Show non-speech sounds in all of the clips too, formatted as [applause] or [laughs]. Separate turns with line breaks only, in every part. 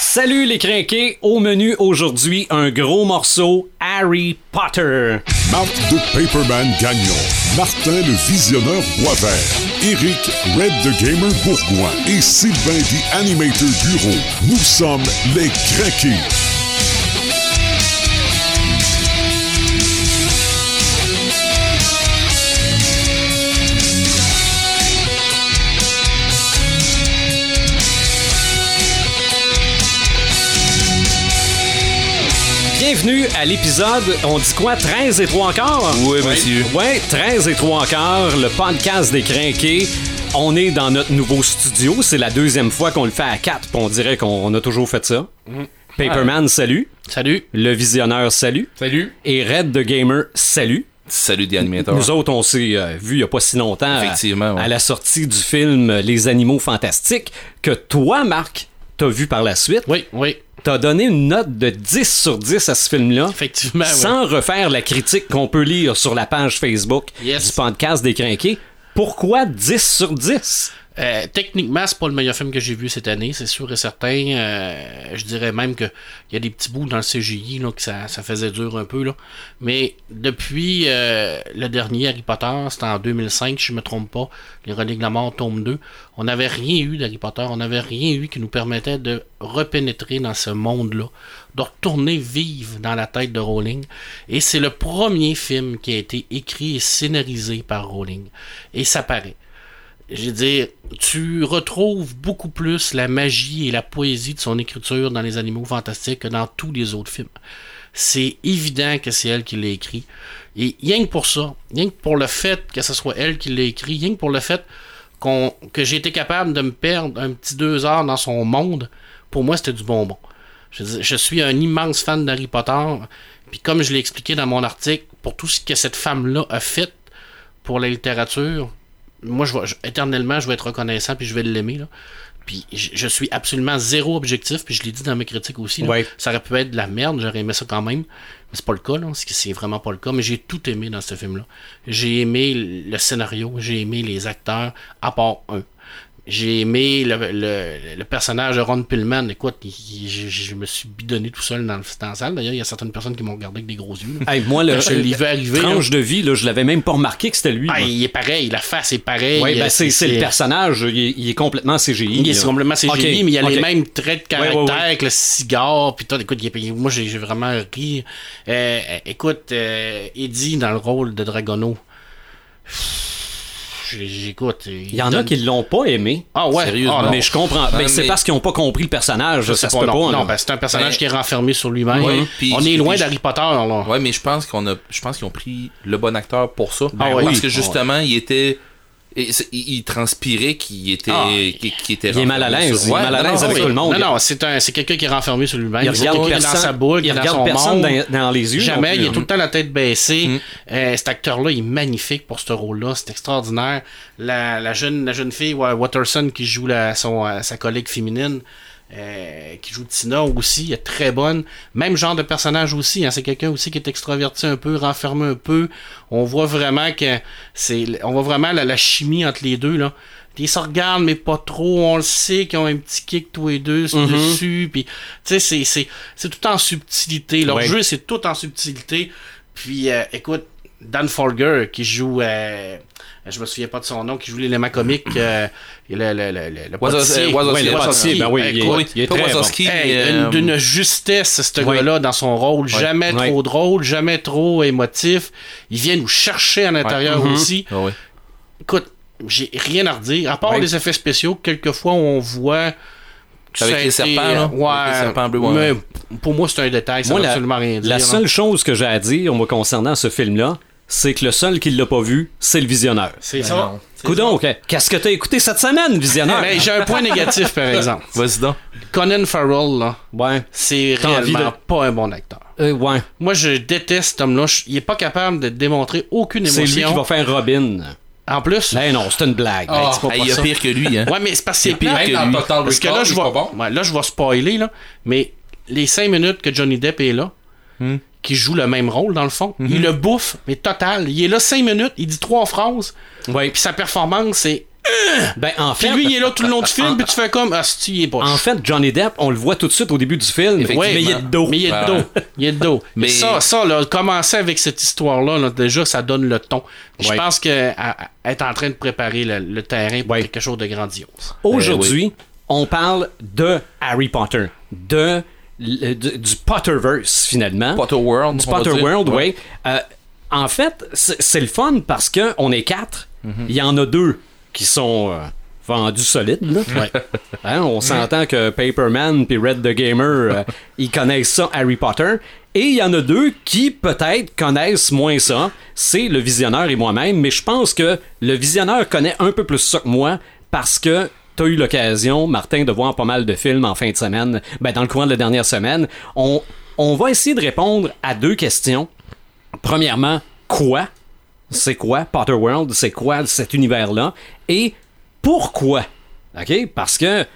Salut les crinqués, au menu aujourd'hui, un gros morceau Harry Potter.
Marc de Paperman Gagnon, Martin le Visionneur Boisvert, Eric Red the Gamer Bourgoin et Sylvain the Animator Bureau. Nous sommes les craqués.
Bienvenue à l'épisode, on dit quoi, 13 et 3 quarts?
Oui, monsieur.
Ouais, 13 et 3 quarts, le podcast des crinqués. On est dans notre nouveau studio, c'est la deuxième fois qu'on le fait à 4, on dirait qu'on a toujours fait ça. Paperman, salut.
Salut.
Le visionneur, salut.
Salut.
Et Red the Gamer, salut.
Salut des animateurs.
Nous autres, on s'est euh, vu il n'y a pas si longtemps. à-
Effectivement, ouais.
À la sortie du film euh, Les Animaux Fantastiques, que toi, Marc, t'as vu par la suite.
Oui, oui,
T'as donné une note de 10 sur 10 à ce film-là.
effectivement. oui.
Sans refaire la critique qu'on peut lire sur la page Facebook
Yes.
du podcast des Crinqués. Pourquoi 10 sur 10?
Euh, techniquement, c'est pas le meilleur film que j'ai vu cette année, c'est sûr et certain. Euh, je dirais même que il y a des petits bouts dans le CGI là, que ça, ça faisait dur un peu. Là. Mais depuis euh, le dernier Harry Potter, c'était en 2005, si je me trompe pas, Les Reliques de la Mort, tome 2, on n'avait rien eu d'Harry Potter, on n'avait rien eu qui nous permettait de repénétrer dans ce monde-là, de retourner vivre dans la tête de Rowling. Et c'est le premier film qui a été écrit et scénarisé par Rowling. Et ça paraît je veux dire, tu retrouves beaucoup plus la magie et la poésie de son écriture dans Les Animaux Fantastiques que dans tous les autres films. C'est évident que c'est elle qui l'a écrit. Et rien que pour ça, rien que pour le fait que ce soit elle qui l'a écrit, rien que pour le fait qu'on, que j'ai été capable de me perdre un petit deux heures dans son monde, pour moi, c'était du bonbon. Je, veux dire, je suis un immense fan d'Harry Potter. Puis comme je l'ai expliqué dans mon article, pour tout ce que cette femme-là a fait pour la littérature, moi, je vais, je- éternellement, je vais être reconnaissant puis je vais l'aimer. là. Puis je, je suis absolument zéro objectif, puis je l'ai dit dans mes critiques aussi. là.
Ouais.
Ça aurait pu être de la merde, j'aurais aimé ça quand même. Mais c'est pas le cas, là. C'est c'est vraiment pas le cas. Mais j'ai tout aimé dans ce film-là. J'ai aimé le scénario, j'ai aimé les acteurs, à part un. J'ai aimé le, le- le personnage de Ron Pillman. Écoute, il- il- je, je me suis bidonné tout seul dans, le, dans la salle. D'ailleurs, il y a certaines personnes qui m'ont regardé avec des gros yeux. là.
Hey, moi, le,
Je l'ai vu arriver,
Euh, tranche de vie, là, je l'avais même pas remarqué que c'était lui.
Ah,
moi.
il est pareil, la face est pareille.
Ouais, ben,
euh,
c'est c'est le personnage, il est, il est complètement CGI.
Il est
là.
complètement CGI,
Ok,
mais il y a
ok.
les mêmes traits de caractère
ouais, ouais.
avec le cigare. Puis toi, écoute, il est- moi, j'ai j'ai vraiment ri. Euh, écoute, euh, Eddie dans le rôle de Dragono. Pff, j'ai- J'écoute.
Il y en a qui l'ont pas aimé.
Ah ouais,
Sérieusement.
ah non.
mais je comprends.
Ah,
mais c'est
mais-
parce qu'ils n'ont pas compris le personnage. Ça
C'est
se peut pas.
non,
là.
non, ben, c'est un personnage
Ben,
qui est renfermé sur lui-même.
ouais, puis-
On est loin
puis-
d'Harry Potter, là.
Ouais, mais je pense qu'on a, je pense qu'ils ont pris le bon acteur pour ça.
Ah ouais.
Parce
oui.
que justement, il était, il, il transpirait qu'il était,
Ah,
qu'il qu'il était.
il est mal à l'aise, il est
Ouais,
mal à
non,
l'aise
non,
avec
oui.
tout le monde.
Non, non, c'est un- c'est quelqu'un qui est renfermé sur lui-même.
il
est
regarde
dans
personne,
sa boule,
il
est dans
regarde
son
personne
monde.
dans, dans les yeux. non
Jamais,
plus,
il est
hein. Mm.
tout le temps la tête baissée. Euh, cet acteur-là, il est magnifique pour ce rôle-là. C'est extraordinaire. La, la jeune, la jeune fille, Wa- Watterson, qui joue la- son, euh, sa collègue féminine, euh, qui joue Tina aussi, elle est très bonne. Même genre de personnage aussi. hein. C'est quelqu'un aussi qui est extraverti un peu, renfermé un peu. On voit vraiment que c'est, on voit vraiment la, la chimie entre les deux, là. Ils se regardent, mais pas trop. On le sait qu'ils ont un petit kick tous les deux
Mhm.
dessus. Puis, tu sais, c'est- c'est c'est tout en subtilité. Leur
Ouais.
jeu, c'est tout en subtilité. Puis, euh, écoute, Dan Folger, qui joue, euh, je me souviens pas de son nom, qui joue l'élément comique, euh, le, le, le, le, le
Ouais,
Wazowski,
pâtissier.
le
Wazowski,
pâtissier,
Wazowski.
ben oui, il est-
Écoute,
il est
pas
très bon.
Wazowski,
Hey,
mais,
une-
euh,
d'une justesse, ce gars-là, dans son rôle. Jamais
Ouais.
trop drôle, jamais trop émotif. Il vient nous chercher à l'intérieur
Mhm.
aussi.
ah ouais.
Écoute, j'ai rien à redire. À part
Ouais.
les effets spéciaux, quelquefois on voit. que
Avec
ça a
les
été- euh,
serpents, là.
Ouais.
Avec les serpents bleus, ouais.
Mais pour moi, c'est un détail, ça
Moi,
veut
la,
absolument rien dire. hein.
la
là.
seule chose que j'ai à dire moi, concernant ce film-là, c'est que le seul qui l'a pas vu, c'est le visionneur.
C'est ça. Eh,
Coudon, qu'est-ce que t'as écouté cette semaine, visionneur?
Ah, Mais j'ai un point négatif, par exemple.
Vas-y donc.
Conan Farrell, là,
ouais.
c'est
T'as envie
réellement
de-
pas un bon acteur.
Euh, ouais.
Moi, je déteste Tom là. Je- Il est pas capable de démontrer aucune
C'est
émotion.
lui qui va faire Robin.
En plus,
Ben non, c'est une blague.
Hey, dis-moi
Ah, Hey,
pas
il y a
ça.
pire que lui, hein.
Ouais, mais c'est parce que c'est
pire
plate.
que lui.
Parce que là, je vais, ouais, là, je vais spoiler, là, mais les 5 minutes que Johnny Depp est là,
Hmm.
qui joue le même rôle, dans le fond, il le bouffe, mais total. Il est là 5 minutes, il dit trois phrases,
Ouais.
puis sa performance est
Ben, en
Puis
fait,
lui, il est là tout le long du film, puis tu fais comme, ah, si, il est pas.
en fait, Johnny Depp, on le voit tout de suite au début du film,
Effectivement.
mais il est de dos.
ben, Mais il est de
Ouais.
dos. Il est
[laughs]
de dos.
Mais-
Mais ça, ça là, commencer avec cette histoire-là, là, déjà, ça donne le ton. Je
Ouais.
pense qu'elle est en train de préparer le, le terrain pour
Ouais.
quelque chose de grandiose.
Eh
Aujourd'hui, on parle de Harry Potter, de, le- de- du Potterverse finalement.
Potter World.
du
on va
Potter
dire.
World, oui. euh, en fait, c'est c'est le fun parce que on est quatre. Il y en a deux qui sont euh, vendus solides. là. [laughs] Hein, on s'entend que Paperman puis Red the Gamer, euh, ils connaissent ça, Harry Potter. Et il y en a deux qui peut-être connaissent moins ça. C'est le visionneur et moi-même. Mais je pense que le visionneur connaît un peu plus ça que moi parce que T'as eu l'occasion, Martin, de voir pas mal de films en fin de semaine, ben, dans le courant de la dernière semaine. On, on va essayer de répondre à deux questions. Premièrement, quoi C'est quoi Potter World C'est quoi cet univers-là Et pourquoi OK Parce que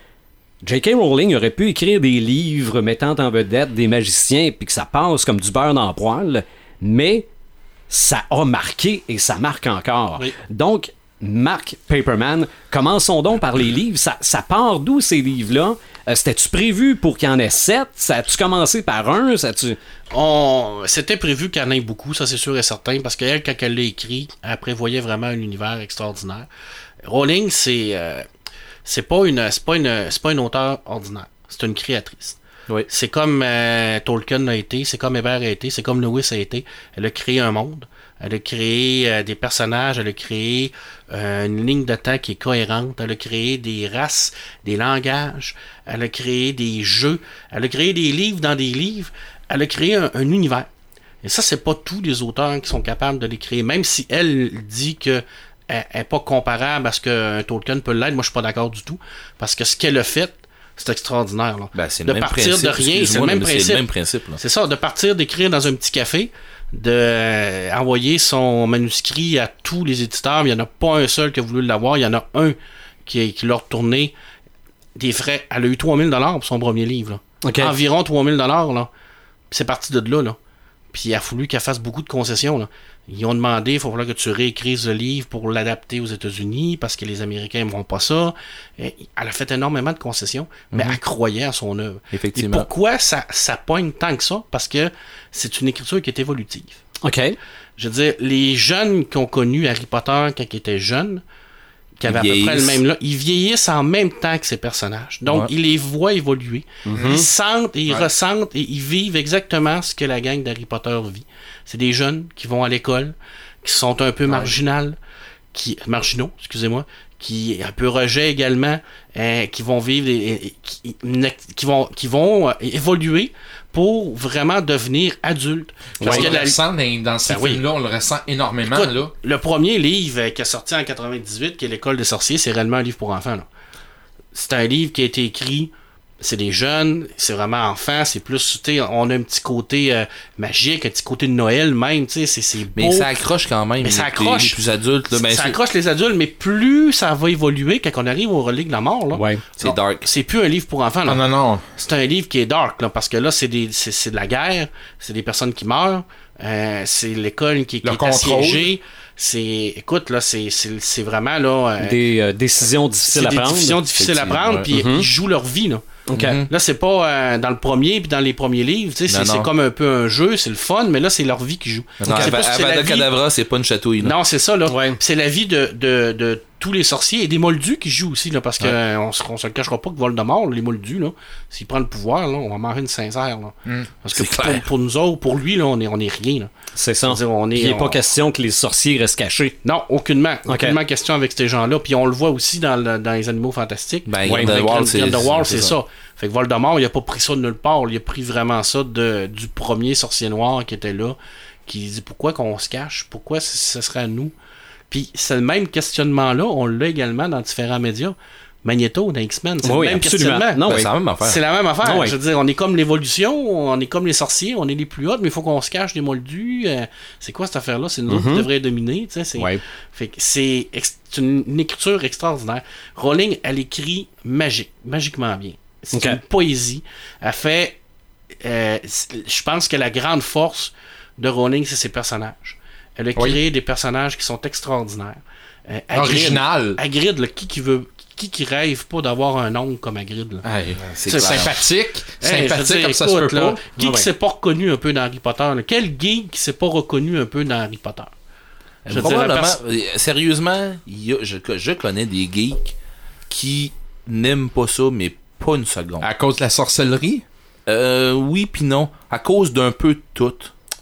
J.K. Rowling aurait pu écrire des livres mettant en vedette des magiciens puis que ça passe comme du beurre dans le poil, mais ça a marqué et ça marque encore.
Oui.
Donc, Mark Paperman, commençons donc par les livres. Ça, ça part d'où ces livres-là Euh, C'était-tu prévu pour qu'il y en ait sept Ça a-tu commencé par un Ça a-tu-
On... C'était prévu qu'il y en ait beaucoup, ça c'est sûr et certain, parce qu'elle, quand elle l'a écrit, elle prévoyait vraiment un univers extraordinaire. Rowling, c'est euh, c'est pas une c'est pas une c'est pas une auteure ordinaire, c'est une créatrice.
Oui.
C'est comme euh, Tolkien a été, c'est comme Hébert a été, c'est comme Lewis a été. Elle a créé un monde, elle a créé euh, des personnages, elle a créé euh, une ligne de temps qui est cohérente, elle a créé des races, des langages, elle a créé des jeux, elle a créé des livres dans des livres, elle a créé un, un univers. Et ça, c'est pas tous les auteurs qui sont capables de les créer, même si elle dit que elle n'est pas comparable à ce qu'un Tolkien peut l'être. Moi, je suis pas d'accord du tout, parce que ce qu'elle a fait, c'est extraordinaire. Là.
Ben, c'est le
de
même
partir
principe,
de rien, c'est le
excuse-moi,
même
mais
principe.
C'est le même principe. là.
C'est ça, de partir d'écrire dans un petit café, de euh, envoyer son manuscrit à tous les éditeurs. Il n'y en a pas un seul qui a voulu l'avoir. Il y en a un qui, qui l'a retourné des frais. Elle a eu 3000 pour son premier livre. là.
OK.
Environ 3000 là. Puis C'est parti de là. là. Puis il a fallu qu'elle fasse beaucoup de concessions. Là. Ils ont demandé, il faut falloir que tu réécrives le livre pour l'adapter aux États-Unis parce que les Américains ne vont pas ça. Et elle a fait énormément de concessions, mais elle croyait à son œuvre.
Effectivement.
Et pourquoi ça, ça pogne tant que ça? Parce que c'est une écriture qui est évolutive.
OK.
Je veux dire, les jeunes qui ont connu Harry Potter quand ils étaient jeunes, qui avaient à peu
Ils
près le
vieillissent.
même là, ils vieillissent en même temps que ces personnages.
Ouais.
Donc,
Mhm.
ils les voient évoluer. Ils sentent et ils ressentent et ils vivent exactement ce que la gang d'Harry Potter vit. C'est des jeunes qui vont à l'école, qui sont un peu marginales, qui, marginaux, excusez-moi, qui un peu rejet également, euh, qui vont vivre, des- euh, qui, une act- qui vont, qui vont euh, évoluer pour vraiment devenir adultes. Parce
on
que
le
la-
ressent dans, dans ces
Ben oui.
films-là, on le ressent énormément.
Écoute,
là.
le premier livre euh, qui est sorti en 98, qui est l'école des sorciers, c'est réellement un livre pour enfants. là. C'est un livre qui a été écrit, c'est des jeunes, c'est vraiment enfant, c'est plus, tu sais, on a un petit côté euh, magique, un petit côté de Noël même, tu sais, c'est- c'est beau.
Mais ça accroche quand même.
Mais ça
les-
accroche.
Les, plus adultes, là, ben,
ça
c'est-
accroche les adultes, mais plus ça va évoluer quand on arrive au relique de la mort, là.
Ouais.
c'est dark.
C'est plus un livre pour enfants, là.
Non, non, non.
C'est un livre qui est dark, là, parce que là, c'est des- c'est c'est de la guerre, c'est des personnes qui meurent, euh, c'est l'école qui, qui
Le
est
contrôle.
assiégée. C'est, écoute, là, c'est- c'est c'est vraiment, là, euh,
Des euh, décisions
c'est
difficiles
des
à prendre. Mm-hmm.
décisions difficiles à
Effectivement,
prendre,
ouais.
puis ils jouent leur vie, là.
OK.
Là, c'est pas euh, dans le premier puis dans les premiers livres, tu sais,
Non,
c'est- c'est
non.
comme un peu un jeu, c'est le fun, mais là, c'est leur vie qui joue.
Non,
C'est pas si c'est la
Avada
vie-
Cadavra, c'est pas une chatouille. là.
non, c'est ça, là. C'est la vie de, de, de tous les sorciers et des moldus qui jouent aussi, là, parce que euh, on, se, on se le cachera pas que Voldemort, les moldus, là, s'il prend le pouvoir, là, on va manger une sincère, là. Parce que
Hmm. C'est
pour,
clair.
pour nous autres, pour lui, là, on est, on est rien, là.
C'est ça.
C'est-à-dire, on est-
Puis il n'est pas
on-
question que les sorciers restent cachés.
Non, aucunement.
Ok.
Aucunement question avec ces gens-là. Puis on le voit aussi dans, le- dans les animaux fantastiques.
Ben,
Ouais,
Grindelwald,
avec Grindelwald,
c'est-
c'est
c'est
ça. Fait que Voldemort, il a pas pris ça de nulle part. Il a pris vraiment ça de, du premier sorcier noir qui était là, qui dit pourquoi qu'on se cache, pourquoi ce, ce serait à nous. Puis c'est le même questionnement-là, on l'a également dans différents médias. Magneto dans X-Men, c'est
Oui,
le même
absolument.
questionnement.
Non,
Ben,
oui.
C'est la même affaire.
C'est la même affaire.
Ouais.
Je veux dire, on est comme l'évolution, on est comme les sorciers, on est les plus hautes, mais il faut qu'on se cache des moldus. euh, c'est quoi cette affaire-là? C'est nous autres qui devrait dominer. tu sais, C'est
Ouais.
fait que c'est ex- c'est une, une écriture extraordinaire. Rowling, elle écrit magique, magiquement bien. C'est
Ok.
une poésie. Elle fait. euh, c'est- je pense que la grande force de Rowling, c'est ses personnages. Elle a créé des personnages qui sont extraordinaires. euh, Hagrid.
Original.
Hagrid, là, qui, qui veut, qui, qui rêve pas d'avoir un oncle comme Hagrid, là?
Hey,
c'est
c'est
clair.
sympathique.
Hey, je veux
sympathique
dire,
comme ça se
écoute,
peut
là,
pas. ben.
Qui
Ouais,
qui s'est pas reconnu un peu dans Harry Potter? là? Quel geek qui s'est pas reconnu un peu dans Harry Potter? Je veux dire, la
Probablement,
perso-
euh, sérieusement, il y a- je, je connais des geeks qui n'aiment pas ça, mais pas une seconde.
À cause de la sorcellerie?
Euh, oui, puis non. À cause d'un peu de tout.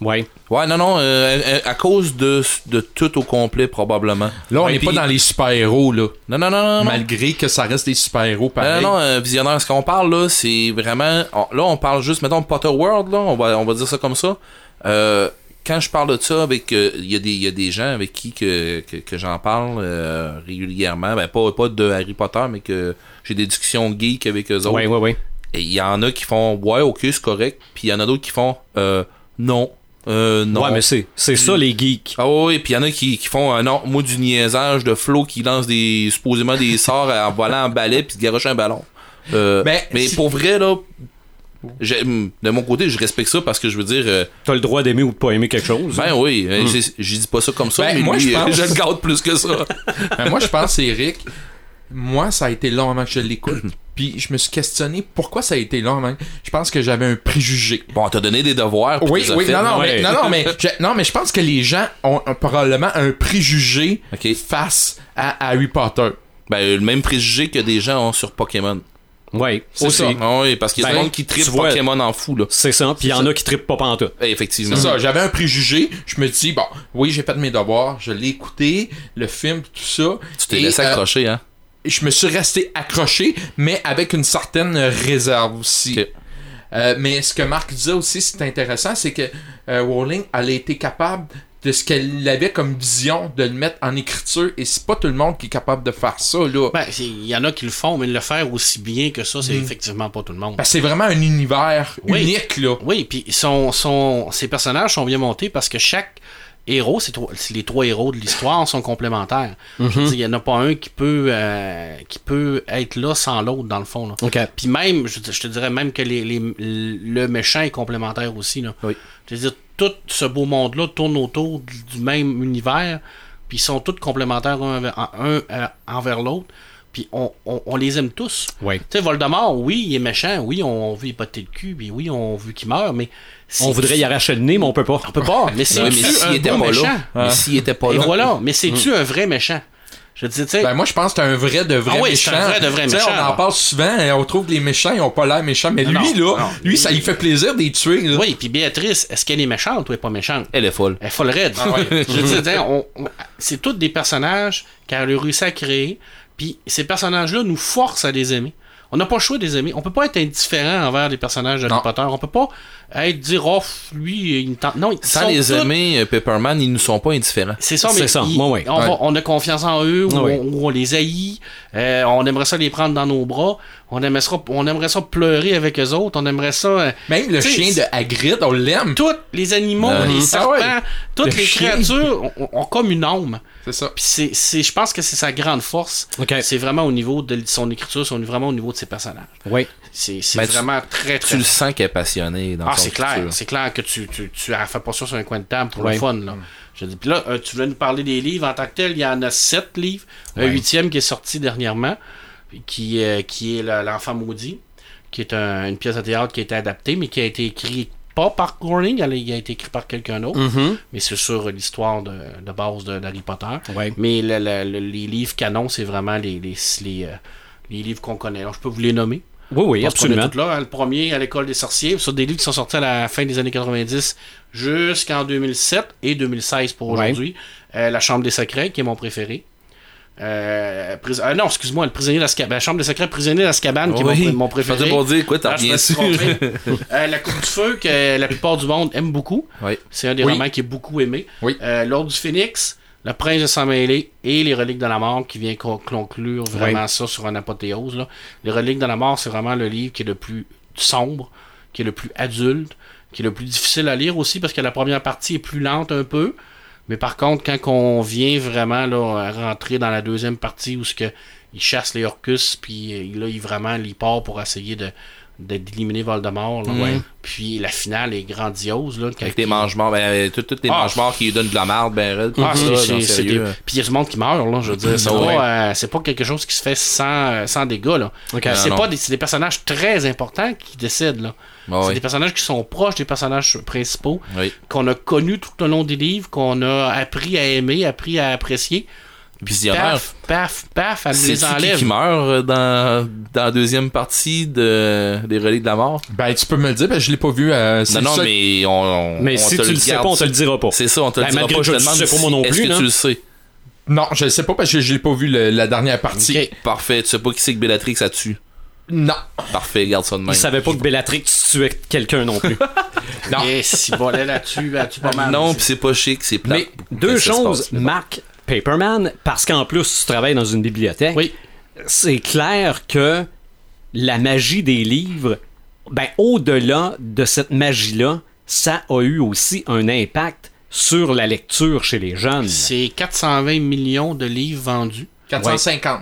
Ouais.
Ouais, non, non, euh, euh, à cause de, de tout au complet, probablement.
Là, on
Ouais,
n'est pas
puis-
dans les super-héros, là.
Non, non, non, non, non.
Malgré que ça reste des super-héros
Non,
pareil.
non, non, euh, visionnaire, ce qu'on parle là, c'est vraiment. on- là, on parle juste, mettons, Potter World, là, on va, on va dire ça comme ça. Euh, quand je parle de ça, avec euh, il y, a des- il y a des gens avec qui que, que, que j'en parle euh, régulièrement, ben pas, pas de Harry Potter, mais que j'ai des discussions geek avec eux autres.
Ouais, ouais, ouais.
Et il y en a qui font Ouais, ok, c'est correct. Puis il y en a d'autres qui font euh, non. Euh, non.
Ouais, mais c'est, c'est ça les geeks.
Ah ouais, et puis il y en a qui, qui font un non, moi du niaisage de Flo qui lance des supposément des sorts en volant en balai puis de garocher un ballon. Euh,
Ben,
mais
si-
pour vrai là, j'ai- hum, de mon côté, je respecte ça parce que je veux dire euh,
T'as le droit d'aimer ou de pas aimer quelque chose.
ben oui, euh, j'ai- je dis pas ça comme ça
Mm. Ben,
mais
moi,
lui,
je
euh, [laughs]
pense-
je le garde plus que ça.
Ben, moi, je pense, c'est Eric. Moi, ça a été long avant que je l'écoute. Puis je me suis questionné pourquoi ça a été long avant. Je pense que j'avais un préjugé.
bon, t'as donné des devoirs puis
Oui,
t'as
oui,
fait-
non, non,
ouais.
mais, non, non, mais, je, non, mais je pense que les gens ont un- probablement un préjugé
OK.
face à Harry Potter.
Ben le même préjugé que des gens ont sur Pokémon.
Ouais, aussi.
ça.
Ah oui, parce qu'il y a
Ben,
des gens qui
tu
tripe
vois-
Pokémon en fou là.
C'est ça. Puis il y en a qui trippent pas pantoute.
Eh, effectivement.
C'est ça, j'avais un préjugé. Je me dis, bon, oui, j'ai fait mes devoirs, je l'ai écouté, le film, tout ça.
Tu t'es
Et,
laissé
euh,
accrocher hein.
je me suis resté accroché, mais avec une certaine réserve aussi.
Ok.
Euh, mais ce que Marc disait aussi, c'est intéressant, c'est que euh, Rowling, elle a été capable de ce qu'elle avait comme vision de le mettre en écriture, et c'est pas tout le monde qui est capable de faire ça, là.
Ben, c'est- il y en a qui le font, mais le faire aussi bien que ça, c'est
Mm.
effectivement pas tout le monde.
Parce que Ben, c'est vraiment un univers
Oui.
unique, là.
Oui, puis son, son, ses personnages sont bien montés parce que chaque héros, c'est trois- c'est les trois héros de l'histoire, sont complémentaires. Je veux
Mm-hmm.
dire, Il n'y en a pas un qui peut, euh, qui peut être là sans l'autre, dans le fond. Là.
OK.
Puis même, je, te- je te dirais même que les, les- le méchant est complémentaire aussi. Là.
Oui.
Je veux dire, tout ce beau monde-là tourne autour du, du même univers, puis ils sont tous complémentaires un, envers- en- un, euh, envers l'autre, puis on, on- on les aime tous.
Ouais.
Tu sais, Voldemort, oui, il est méchant, oui, on veut y botter le cul, puis oui, on veut qu'il meure, mais...
On
c'est-
voudrait y arracher le nez, mais on peut pas.
On peut pas, mais c'est
Ouais, mais
un
s'il était
bon
pas
méchant.
là, mais s'il était pas
Ah.
Et
là. Mm.
voilà, mais c'est-tu un vrai méchant? Je dis, tu sais...
Ben moi je pense que c'est un vrai de vrai
Ah oui, c'est
méchant.
un vrai de vrai
Tu sais,
méchant,
On en
là. Ah
parle souvent, et on trouve que les méchants ils ont pas l'air méchants, mais lui
Non,
là,
non.
lui ça lui fait plaisir de les tuer. là.
oui, puis Béatrice, est-ce qu'elle est méchante ou elle est pas méchante?
Elle est folle.
Elle est folle raide. [laughs] Je veux dire, on- on- c'est tous des personnages qu'elle a réussi à créer, puis ces personnages-là nous forcent à les aimer. On n'a pas le choix de les aimer. On peut pas être indifférent envers les personnages d'Harry
Non.
Potter. On peut pas être dire, oh, lui, il me tente. Non, ils
Sans
sont
les
tous-
aimer, euh, Pepperman, ils nous sont pas indifférents.
C'est ça,
C'est
mais
ça,
ils-
ouais, ouais.
On, va-
Ouais.
on a confiance en eux, ou,
Ouais.
on, ou on les haït, euh, on aimerait ça les prendre dans nos bras, on aimerait ça, on aimerait ça pleurer avec eux autres, on aimerait ça... euh,
Même le
tu sais,
chien de Hagrid, on l'aime.
Tous les animaux,
Euh,
les
ah
serpents,
ouais.
toutes
Le
les
chien.
créatures ont- ont, ont comme une âme.
C'est ça.
Puis c'est, c'est- je pense que c'est sa grande force.
Ok.
C'est vraiment au niveau de son écriture, c'est vraiment au niveau de ses personnages.
Ouais.
C'est, c'est
Ben, tu-
vraiment très, très...
Tu le sens qu'elle est passionnée dans
Ah,
son
c'est clair.
écriture.
C'est clair que tu, tu, tu as fait pas ça sur un coin de table pour
Ouais.
le fun. Là. Je dis, puis là, euh, tu voulais nous parler des livres. En tant que tel, il y en a sept livres. Un huitième qui est sorti dernièrement, qui, euh, qui est le- L'Enfant maudit, qui est un- une pièce de théâtre qui a été adaptée, mais qui a été écrite pas par Groening, elle a- il a été écrit par quelqu'un d'autre,
Mm-hmm.
mais c'est sur l'histoire de, de base de- d'Harry Potter.
Ouais.
Mais le- le- le- les livres canons, c'est vraiment les, les, les, euh, les livres qu'on connaît. Alors, je peux vous les nommer.
Oui, oui,
Parce qu'on est
absolument.
tous là, hein, le premier à l'école des sorciers, sur des livres qui sont sortis à la fin des années 90 jusqu'en 2007 et 2016 pour aujourd'hui. Euh, la Chambre des secrets, qui est mon préféré. Euh, pris- ah non, excuse-moi, le prisonnier d'Azkaban. ben, La Chambre des secrets, prisonnier d'Azkaban, qui est mon
Oui.
pr- mon préféré.
Faudrait pas dire, quoi, t'as
Ah, je
bien
me suis
sûr.
[laughs]
trompé. Euh, la Coupe du Feu, que la plupart du monde aime beaucoup.
Oui.
C'est un des
Oui.
romans qui est beaucoup aimé.
Oui.
Euh, L'Ordre du Phénix, Le Prince de sans mêlé et Les Reliques de la Mort qui vient con- conclure vraiment ça sur un apothéose. là. Les Reliques de la Mort, c'est vraiment le livre qui est le plus sombre, qui est le plus adulte, qui est le plus difficile à lire aussi parce que la première partie est plus lente un peu. Mais par contre, quand on vient vraiment là, rentrer dans la deuxième partie où ce que il chasse les Orcus, puis euh, là, il vraiment il part pour essayer de de- d'éliminer Voldemort. là.
Ouais.
Puis la finale est grandiose. Là,
Avec les mange-morts, ben, euh, tout- toutes les
Ah.
mange-morts qui lui donnent de la merde, ben, raide,
Ah,
comme ça,
c'est- c'est-
genre,
c'est
sérieux. hein. Mm,
des- Puis il y a du monde qui meurt, là, je veux dire. C'est
Ouais.
pas, euh, c'est pas quelque chose qui se fait sans, euh, sans dégâts, là.
Ok.
Puis C'est
Non,
pas
non.
des, c'est des personnages très importants qui décident, là.
Ouais,
c'est
ouais.
des personnages qui sont proches des personnages principaux,
Ah Oui.
qu'on a connus tout le long des livres, qu'on a appris à aimer, appris à apprécier.
Visionnaire.
Paf, paf, paf, elle
C'est
les
qui
enlève.
qui meurt euh, dans, dans la deuxième partie de, des Reliques de la Mort?
Ben, tu peux me le dire, ben, je l'ai pas vu. euh, c'est
Non, non,
ça-
mais on, on-
Mais
on
si
te
tu le sais
garde.
pas, on te le dira pas.
C'est ça, on te
Ben,
le dira
malgré
pas.
que je
Je te
le
demande
sais pas moi non plus,
si- Est-ce que
là.
tu le sais?
Non, je le sais pas parce que je l'ai pas vu le- la dernière partie.
Ok.
Parfait. Tu sais pas qui c'est que Bellatrix a tué.
Non.
Parfait, garde ça de même.
Il savait pas que Bellatrix tuait quelqu'un non
[laughs]
plus.
Non.
Et si bon, elle là-dessus, là-dessus, pas mal.
Ah, Non, pis c'est pas chic, c'est plat.
Mais deux choses
marques
marquent Paperman, parce qu'en plus, tu travailles dans une bibliothèque.
Oui.
C'est clair que la magie des livres, ben, au-delà de cette magie-là, ça a eu aussi un impact sur la lecture chez les jeunes.
C'est 420 millions de livres vendus.
450.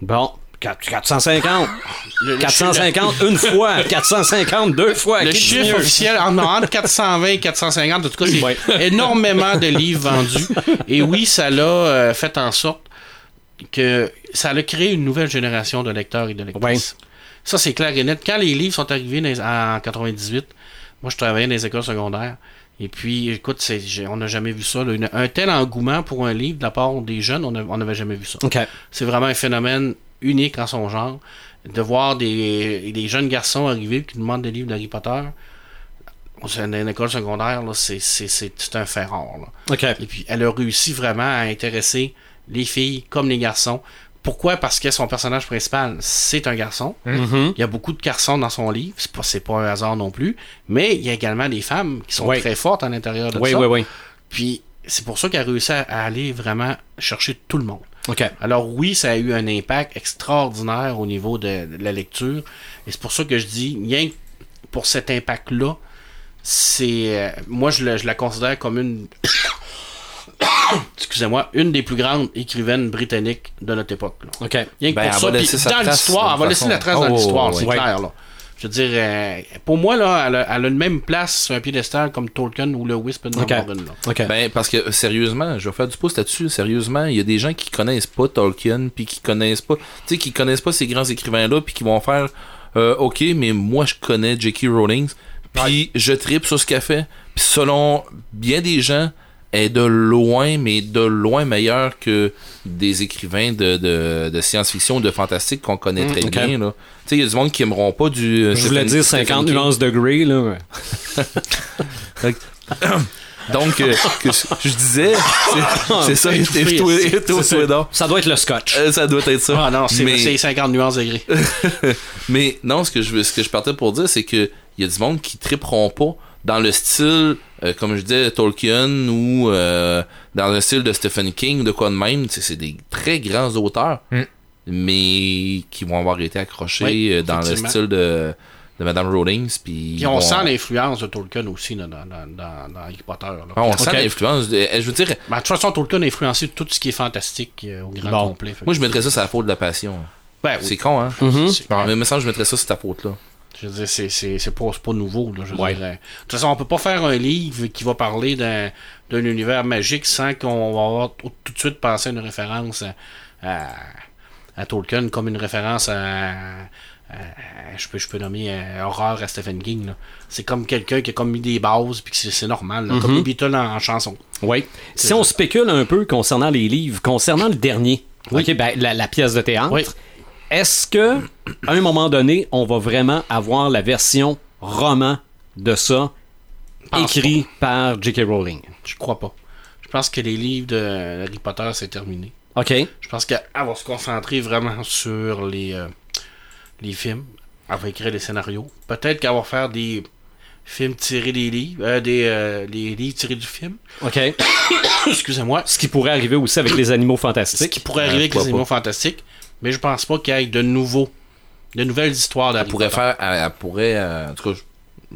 Bon, 4- 450.
Le- le-
450 une fois, 450 deux fois.
Le
qui dit
chiffre
mieux?
officiel en- entre 420 et 450, en tout cas, c'est
Ouais.
[laughs] énormément de livres vendus. Et oui, ça l'a euh, fait en sorte que ça a créé une nouvelle génération de lecteurs et de lectrices. Ça, c'est clair et net. Quand les livres sont arrivés dans les- en 98, moi, je travaillais dans les écoles secondaires. Et puis, écoute, c'est- j'ai- on n'a jamais vu ça. là. Une- un tel engouement pour un livre de la part des jeunes, on n'a- on n'avait jamais vu ça.
OK.
C'est vraiment un phénomène unique en son genre. De voir des, des jeunes garçons arriver qui demandent des livres d'Harry Potter, c'est une, une école secondaire, là, c'est, c'est, c'est, c'est un fer rare. là.
OK.
Et puis, elle a réussi vraiment à intéresser les filles comme les garçons. Pourquoi? Parce que son personnage principal, c'est un garçon. Il y a beaucoup de garçons dans son livre. C'est pas, c'est pas un hasard non plus. Mais il y a également des femmes qui sont
Oui.
très fortes à l'intérieur de
Oui,
ça.
oui, oui.
Puis, c'est pour ça qu'elle a réussi à- à aller vraiment chercher tout le monde.
OK.
Alors oui, ça a eu un impact extraordinaire au niveau de, de la lecture. Et c'est pour ça que je dis, rien que pour cet impact-là, c'est. euh, moi, je, la- je la considère comme une. [coughs] Excusez-moi, une des plus grandes écrivaines britanniques de notre époque. là.
OK.
Rien que
Ben,
pour
elle
ça,
va
puis
laisser sa
dans
trace, de
l'histoire,
toute
elle va laisser
façon.
la trace dans
Oh,
l'histoire, c'est
ouais.
clair. Là. Je veux dire, euh, pour moi, là, elle a, elle a une même place sur un piédestal comme Tolkien ou le Wisp de
OK.
Northumberland, là.
OK.
Ben, parce que, euh, sérieusement, je vais faire du pouce là-dessus. Sérieusement, il y a des gens qui connaissent pas Tolkien, puis qui connaissent pas, tu sais, qui connaissent pas ces grands écrivains-là, puis qui vont faire, euh, OK, mais moi, je connais J.K. Rowling, puis je tripe sur ce qu'elle fait. Puis selon bien des gens, elle est de loin, mais de loin meilleure que des écrivains de, de, de science-fiction ou de fantastique qu'on connaît très
Mm, ok.
bien, là. Tu sais, il y a du monde qui aimeront pas du. euh,
Je voulais
Stephen-
dire
Stephen
50
King.
nuances de gris,
[laughs]
là.
Donc, euh, que je, je disais, c'est- c'est ça,
Ah, ben, Étouffé,
étouffé,
c'est-
étouffé, donc.
Ça doit être le scotch.
Euh, ça doit être ça.
Ah non, c'est,
mais,
c'est 50 nuances degrés.
mais non, ce que je veux, ce que je partais pour dire, c'est que il y a du monde qui triperont pas dans le style, euh, comme je disais, Tolkien ou euh, dans le style de Stephen King, de quoi de même. C'est, c'est des très grands auteurs,
Mm.
mais qui vont avoir été accrochés
Oui,
euh, dans le
effectivement.
style de, de Madame Rowling. Puis
Puis on
vont-
sent l'influence de Tolkien aussi là, dans, dans, dans, dans Harry Potter. là.
Ah, on sent
Ok.
l'influence. de- euh, je veux dire,
Ben, de toute façon, Tolkien a influencé tout ce qui est fantastique euh, au grand
Bon.
complet. Fait que-
moi je mettrais ça sur la faute de la passion.
Ben, oui.
C'est con, hein?
C'est-
Mais il me semble que je mettrais ça sur ta faute là.
Je veux dire, c'est, c'est, c'est, pas, c'est pas nouveau. Là, je veux
Ouais.
dire, euh, de toute façon, on peut pas faire un livre qui va parler d'un, d'un univers magique sans qu'on va avoir t- tout de suite pensé à une référence à, à, à Tolkien comme une référence à. à- je, peux, je peux nommer euh, horreur à Stephen King. là. C'est comme quelqu'un qui a comme mis des bases, puis que c'est, c'est normal. là, Comme les Beatles en, en chanson.
Oui. Si on spécule un peu concernant les livres, concernant le dernier,
Oui.
OK, ben, la, la pièce de théâtre,
Oui.
est-ce que à un moment donné, on va vraiment avoir la version roman de ça
Pense
écrit par J.K. Rowling?
Je crois pas. Je pense que les livres de Harry Potter, c'est terminé.
OK.
Je pense qu'elle va se concentrer vraiment sur les, euh, les films. Elle va écrire les scénarios. Peut-être qu'elle va faire des films tirés des livres. euh, des, euh, des livres tirés
[laughs]
du film.
OK.
Excusez-moi.
Ce qui pourrait arriver aussi avec les animaux
Ce qui
fantastiques.
pourrait arriver avec
pourquoi
les animaux fantastiques. Mais je pense pas qu'il y ait de nouveaux. De nouvelles histoires d'Harry
elle pourrait
Potter.
faire elle, elle pourrait euh, en tout cas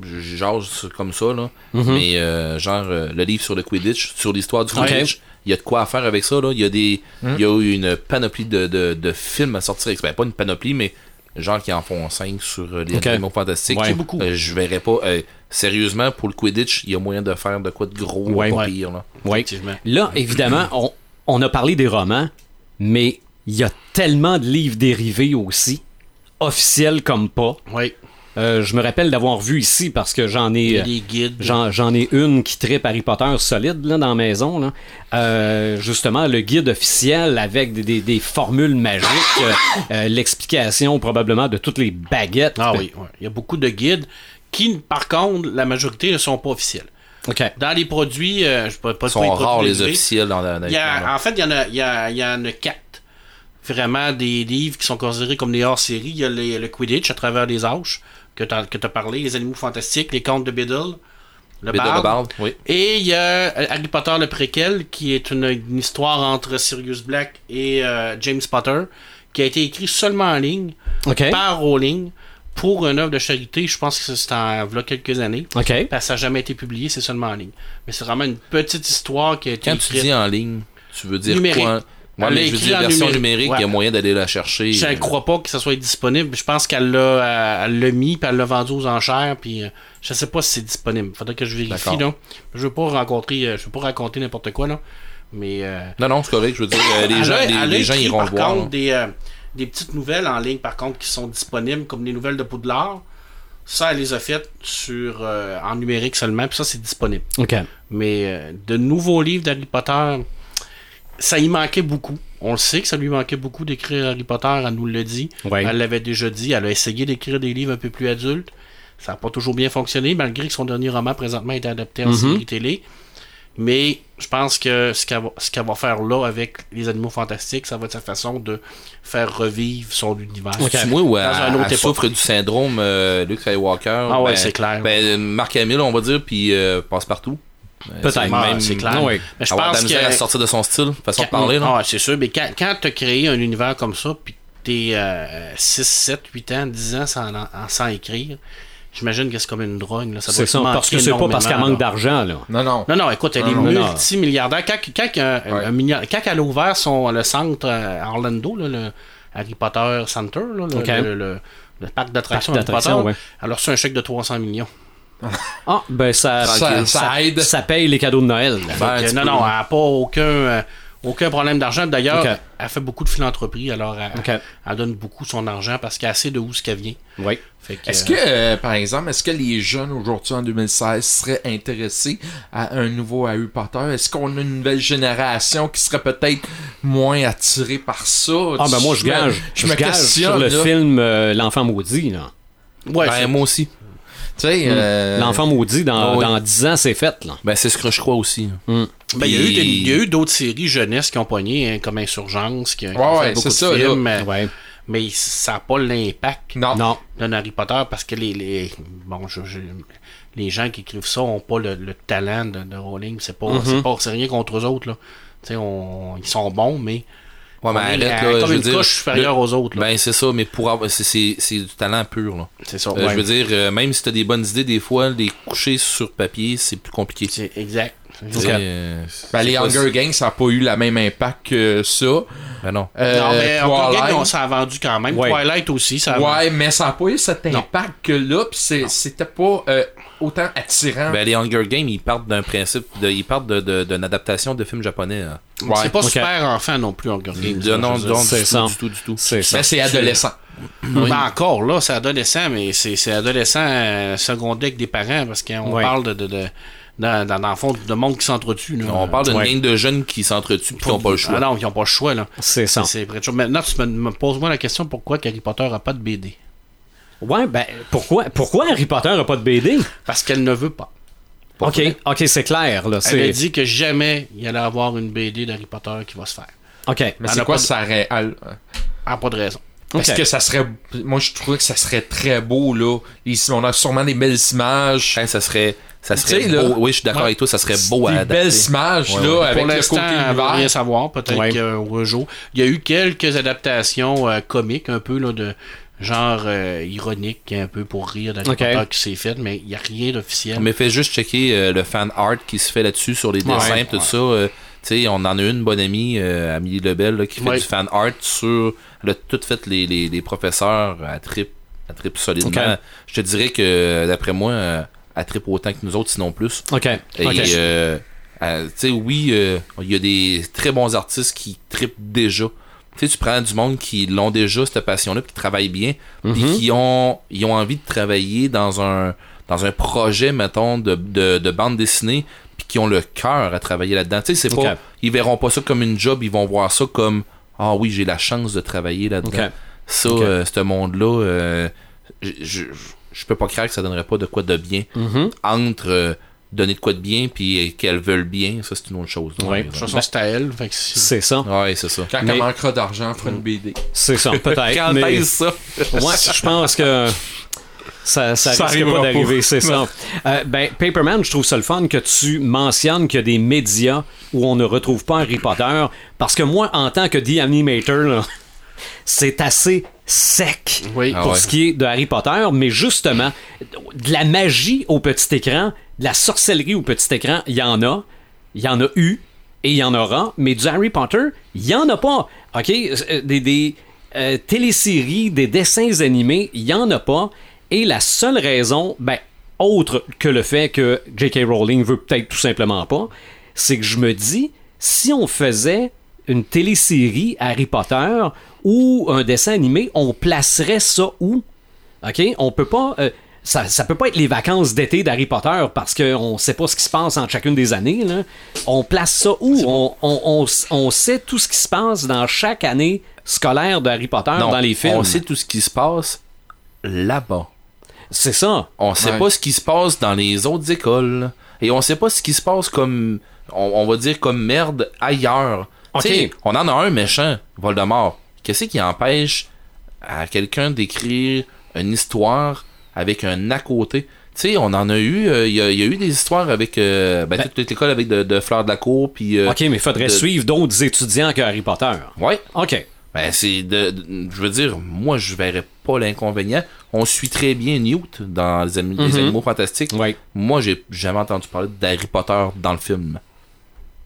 je- je jase sur- comme ça là
Mm-hmm.
mais euh, genre euh, le livre sur le Quidditch sur l'histoire du Quidditch il y a de quoi à faire
Mm-hmm.
avec ça là il y a des il y a eu une panoplie de, de, de films à sortir avec- ben, pas une panoplie mais genre qui en font 5 sur euh, les
Ok.
animaux fantastiques.
Ouais.
C'est beaucoup. Euh, je verrais pas. euh, sérieusement, pour le Quidditch, il y a moyen de faire de quoi de gros,
Ouais.
pas
Ouais.
pire. Là.
Oui.
Effectivement.
Là, évidemment, on, on a parlé des romans, mais il y a tellement de livres dérivés aussi, officiels comme pas.
Oui.
Euh, je me rappelle d'avoir vu ici parce que j'en
Il y
ai.
euh,
euh,
a des guides.
J'en, j'en ai une qui tripe Harry Potter solide là, dans la maison. Là. Euh, justement, le guide officiel avec des, des- des formules magiques, euh, euh, l'explication probablement de toutes les baguettes.
Ah oui, ouais. il y a beaucoup de guides qui, par contre, la majorité ne sont pas officiels.
OK.
Dans les produits, euh, je ne pas
Ils sont
pas
rares
produits
les
livrés.
officiels dans la. dans
Il y a-
les-
en fait, il y en a, il y a- il y en a quatre. Vraiment des livres qui sont considérés comme des hors-série. Il y a les- le Quidditch à travers les arches que tu as, parlé, les animaux fantastiques, les contes de Biddle, le
Biddle
barde.
le Barde, oui.
Et il y a euh, Harry Potter le préquel qui est une, une histoire entre Sirius Black et euh, James Potter qui a été écrit seulement en ligne
Hein?
OK.
par Rowling pour une œuvre de charité. Je pense que c'est en voilà quelques années.
OK.
Parce que ça n'a jamais été publié, c'est seulement en ligne. Mais c'est vraiment une petite histoire qui a été
Quand tu
écrite.
dis en ligne, tu veux dire
Numérique.
quoi
Elle
Ouais,
l'a
mais je veux
écrit
dire
en
version
numérique.
numérique, il y a
Ouais.
moyen d'aller la chercher.
Je ne crois pas que ça soit disponible. Je pense qu'elle l'a, euh, elle l'a mis, puis elle l'a vendu aux enchères, puis euh, je sais pas si c'est disponible. Faudrait que je vérifie,
D'accord.
là. Je veux pas rencontrer, euh, je veux pas raconter n'importe quoi, là. Mais, euh,
Non, non, c'est correct. Je veux dire, euh, les
elle
gens,
a-
les,
elle a
les gens
écrit,
iront le
par
voir.
contre,
là.
des, euh, des petites nouvelles en ligne, par contre, qui sont disponibles, comme les nouvelles de Poudlard. Ça, elle les a faites sur, euh, en numérique seulement, puis ça, c'est disponible.
OK.
Mais euh, de nouveaux livres d'Harry Potter, ça y manquait beaucoup. On le sait que ça lui manquait beaucoup d'écrire Harry Potter, elle nous le dit.
Ouais.
Elle l'avait déjà dit, elle a essayé d'écrire des livres un peu plus adultes. Ça n'a pas toujours bien fonctionné, malgré que son dernier roman présentement est adapté
Mhm.
en série télé. Mais je pense que ce qu'elle va, ce qu'elle va faire là avec les animaux fantastiques, ça va être sa façon de faire revivre son univers.
Tu moi, ouais,
Dans un autre
elle
époque.
souffre du syndrome euh, Luke Skywalker.
Ah ouais,
ben-
c'est clair.
Ben, euh, Mark Hamill, on va dire, puis euh, passe partout.
Peut-être.
Ah, c'est clair.
Ouais.
Mais je
Avoir de
pense
la misère à
que
sortir de son style, façon de
Quand-
parler. Là.
Ah, c'est sûr, mais quand, quand tu as créé un univers comme ça, puis euh, tu es 6, 7, 8 ans, 10 ans sans, en- sans écrire, j'imagine que c'est comme une drogue. Là. Ça doit
C'est ça.
te
Parce que
manquer
c'est pas parce qu'elle
énormément,
manque
là.
d'argent. là.
Non, non.
Non, non, écoute, elle
Non,
est
non, non.
multimilliardaire. Quand, quand, un- un-
Ouais.
un milliard- quand elle a ouvert son, le centre euh, à Orlando, là, le Harry Potter Center, là, le,
Ok.
le- le- le parc d'attractions
Parc
Harry Potter,
d'attractions, ouais.
elle a reçu un chèque de 300 millions.
Ah, ben ça,
Ça- ça aide.
Ça paye les cadeaux de Noël. là.
Ben,
Fait que
tu
euh, non,
peux-
non, elle n'a pas aucun, euh, aucun problème d'argent. D'ailleurs,
Ok.
elle fait beaucoup de philanthropie, alors elle,
Ok.
elle donne beaucoup son argent parce qu'elle sait de où ce qu'elle vient.
Oui.
Fait que,
Est-ce
euh,
que, euh, par exemple, est-ce que les jeunes aujourd'hui en 2016 seraient intéressés à un nouveau Harry Potter? Est-ce qu'on a une nouvelle génération qui serait peut-être moins attirée par ça?
Ah, ben moi, je
me-
gage.
Je me
gage
questionne.
sur le
là.
film euh, L'Enfant Maudit. là.
Ouais,
Ben,
c'est-
moi aussi.
Tu sais,
Mm.
euh,
L'Enfant Maudit, dans,
Ah oui.
dans 10 ans, c'est fait. Là.
Ben, c'est ce que je crois aussi.
ben, il y a eu
puis-
des- il y a eu d'autres séries jeunesse qui ont pogné, hein, comme Insurgence, qui, qui
Ouais,
ont
ouais, c'est ça,
euh,
Ouais.
mais ça n'a pas l'impact
Non.
Non.
d'un Harry Potter parce que les, les, bon, je- je- les gens qui écrivent ça n'ont pas le, le talent de, de Rowling. C'est pas,
Mhm.
c'est pas- c'est rien contre eux autres. Là. Tu sais, On, ils sont bons, mais
Ouais, mais
On est
arrête,
à-
là.
comme
je veux
une
dire,
coche supérieure
le-
aux autres, là.
Ben, c'est ça, mais pour avoir- c'est- c'est c'est du talent pur, là.
c'est ça.
Euh,
ouais.
Je veux dire, euh, même si t'as des bonnes idées, des fois, les coucher sur papier, c'est plus compliqué.
C'est exact. C'est
C'est,
ça.
euh,
ben,
c'est
les
pas-
Hunger Games, ça n'a pas eu le même impact que ça.
Ben non.
Euh,
non, mais Hunger
Twilight,
Games, on s'en a vendu quand même.
Ouais.
Twilight aussi, ça a vendu.
Ouais, mais ça n'a pas eu cet
Non.
impact que là, pis c'est- c'était pas euh, autant attirant.
Ben, les Hunger Games, ils partent d'un principe, de, ils partent de- de- d'une adaptation de film japonais. hein.
C'est pas
ok.
super enfant non plus, Hunger Games.
De-
là,
non,
je veux dire.
non, du
Mm, c'est
tout,
ça.
du tout, du tout.
C'est ça.
Mais c'est adolescent.
Ben, encore, là, c'est adolescent, mais c'est c'est adolescent euh, secondé avec des parents parce qu'on
Ouais.
parle de. de, de dans, dans- dans le fond, de monde qui s'entretue. là.
On parle d'une
Ouais.
gang de jeunes qui s'entretuent et qui n'ont pas le choix.
Ah non, ils n'ont pas le choix, là.
C'est ça.
C'est près de chose. Maintenant, tu me, me poses-moi la question pourquoi Harry Potter n'a pas de BD
Ouais, ben pourquoi, pourquoi Harry Potter a pas de BD?
Parce qu'elle ne veut pas.
Ok, ok, c'est clair. Là,
Elle a
c'est...
dit que jamais il allait avoir une BD d'Harry Potter qui va se faire.
Ok.
Mais
Elle
c'est
a
quoi
pas de-
ça aurait- elle-
Elle n'a pas de raison.
Parce
Ok.
que ça serait. Moi, je trouvais que ça serait très beau, là. Les- on a sûrement des belles images.
Hey, Hein, ça serait, ça serait
Tu sais, là,
beau. Oui, je suis d'accord
ouais.
avec toi, ça serait beau à
Des
adapter.
belles images,
Ouais,
là,
ouais.
avec
Pour
le
l'instant,
côté
elle veut rien
univers.
savoir. Peut-être
Ouais.
qu'un beau jour. Il y a eu quelques adaptations euh, comiques, un peu là, de genre euh, ironique, un peu pour rire d'Harry
Ok.
Potter qui s'est fait, mais il n'y a rien d'officiel.
Mais fais juste checker euh, le fan art qui se fait là-dessus sur les dessins, tout ça. euh, Tu sais, on en a une bonne amie, euh, Amélie Lebel, là, qui fait
Ouais.
du fan art sur. Elle a tout fait les, les, les professeurs à trip, à trip solidement.
Ok.
Je te dirais que, d'après moi, euh, à trip autant que nous autres, sinon plus.
OK.
Et,
ok.
euh, euh, tu sais, oui, euh, il y a des très bons artistes qui tripent déjà. Tu sais, tu prends du monde qui l'ont déjà, cette passion-là, puis qui travaillent bien, puis
Mhm.
qui ont, ils ont envie de travailler dans un, dans un projet, mettons, de, de, de bande dessinée, puis qui ont le cœur à travailler là-dedans. Tu sais, c'est
Ok.
pas... Ils verront pas ça comme une job, ils vont voir ça comme « Ah oui, j'ai la chance de travailler là-dedans.
Ok.
Ça,
Ok.
euh, ce monde-là, euh, je- je je peux pas croire que ça donnerait pas de quoi de bien
Mhm.
entre euh, donner de quoi de bien puis euh, qu'elles veulent bien, ça c'est une autre chose. là.
Ouais.
De toute façon, c'est à elle. Fait que si-
C'est ça.
Ouais, ben c'est ça.
Quand
Mais-
elle manquera d'argent, elle fera une BD.
C'est ça,
[laughs]
peut-être.
Quand
mais...
est-ce ça?
Moi, je pense que ça, ça,
Ça
risque
arrivera
pas d'arriver,
pas.
c'est ça. Euh, ben, Paperman, je trouve ça le fun que tu mentionnes qu'il y a des médias où on ne retrouve pas Harry Potter, parce que moi, en tant que The Animator, là, c'est assez sec
Oui.
Ah
pour
ouais.
ce qui est de Harry Potter, mais justement, de la magie au petit écran, de la sorcellerie au petit écran, il y en a, il y en a eu et il y en aura, mais du Harry Potter, il y en a pas. OK? Euh, Des, des euh, téléséries, des dessins animés, il y en a pas. Et la seule raison, ben, autre que le fait que J.K. Rowling veut peut-être tout simplement pas, c'est que je me dis, si on faisait une télésérie Harry Potter ou un dessin animé, on placerait ça où? OK? On peut pas. euh, ça, ça peut pas être les vacances d'été d'Harry Potter parce qu'on sait pas ce qui se passe en chacune des années. là. On place ça où? On, on- on s- on sait tout ce qui se passe dans chaque année scolaire de Harry Potter
Non,
Ben, dans les films.
On sait tout ce qui se passe là-bas.
C'est ça.
On sait
Ouais.
pas ce qui se passe dans les autres écoles. Et on sait pas ce qui se passe comme, on, on va dire, comme merde ailleurs.
Ok.
Tu sais, on en a un méchant, Voldemort. Qu'est-ce qui empêche à quelqu'un d'écrire une histoire avec un à côté? Tu sais, on en a eu, euh, il y, a- il y a eu des histoires avec euh, ben, toute, toute l'école avec de, de Fleur de la Cour, puis... euh,
OK, mais faudrait
de-
suivre d'autres étudiants que Harry Potter.
Ouais,
OK.
ben, c'est de, de- je veux dire, moi je verrais pas l'inconvénient. On suit très bien Newt dans les, Ami- les animaux fantastiques.
Ouais.
Moi j'ai jamais entendu parler d'Harry Potter dans le film.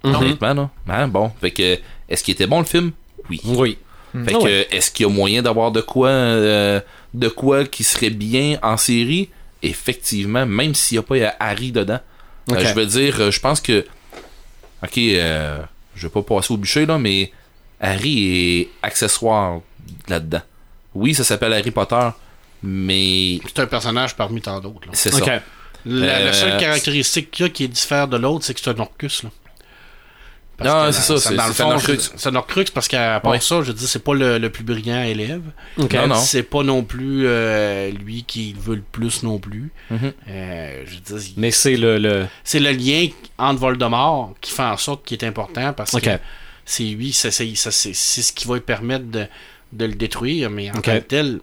Mhm.
Honnêtement là. Hein, bon, fait que est-ce qu'il était bon le film Oui.
Oui.
Fait
Ah
que
ouais.
est-ce qu'il y a moyen d'avoir de quoi euh, de quoi qui serait bien en série Effectivement, même s'il n'y a pas euh, Harry dedans. Euh,
Ok.
je veux dire, euh, je pense que OK, euh, je vais pas passer au bûcher là, mais Harry est accessoire là-dedans. Oui, ça s'appelle Harry Potter, mais
C'est un personnage parmi tant d'autres. là.
c'est
OK.
ça.
La, la
Euh,
seule caractéristique qu'il y a qui est diffère de l'autre, c'est que c'est un orcus. Là.
Non, c'est
que dans-
ça, c'est-
dans le
c'est
fond,
un Orcus.
je- C'est un orcrux parce qu'à part
Ouais. Ah,
ça, je dis, c'est pas le, le plus brillant élève.
OK.
Non, non.
C'est pas non plus euh, lui qui veut le plus non plus.
Mhm.
Euh, je veux dire, il-
Mais c'est le, le-
c'est le lien entre Voldemort qui fait en sorte qu'il est important parce
Ok.
que c'est lui, ça- c'est ça- c'est- c'est ce qui va lui permettre de, de le détruire, mais en
Ok.
tant que tel,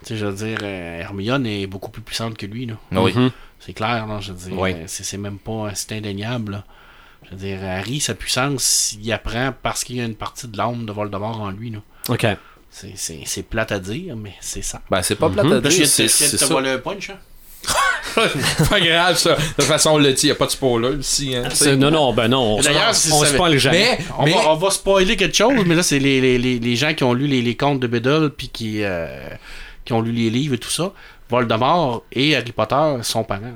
tu sais, je veux dire, euh, Hermione est beaucoup plus puissante que lui. Là.
Oui.
Mhm.
C'est clair, là, je veux dire.
Oui.
euh, C'est c'est même pas. euh, C'est indéniable, là. Je veux dire, Harry, sa puissance, il apprend parce qu'il y a une partie de l'âme de Voldemort en lui, là.
OK.
C'est- C'est c'est plate à dire, mais c'est ça.
Ben c'est pas plate à
Là,
dire,
je viens de te-
c'est
je viens de
c'est
te
ça.
voler un punch, hein?
pas grave, ça. De toute façon, on le dit, il a pas de spoiler ici. Hein, tu sais.
C'est- Non, non, ben non. on se-
D'ailleurs, si
on
ça
se
avait-
parle jamais.
Mais,
On,
mais
va, on va spoiler quelque chose, mais là, c'est les, les, les, les gens qui ont lu les, les contes de Biddle, puis qui, euh, qui ont lu les livres et tout ça. Voldemort et Harry Potter sont parents.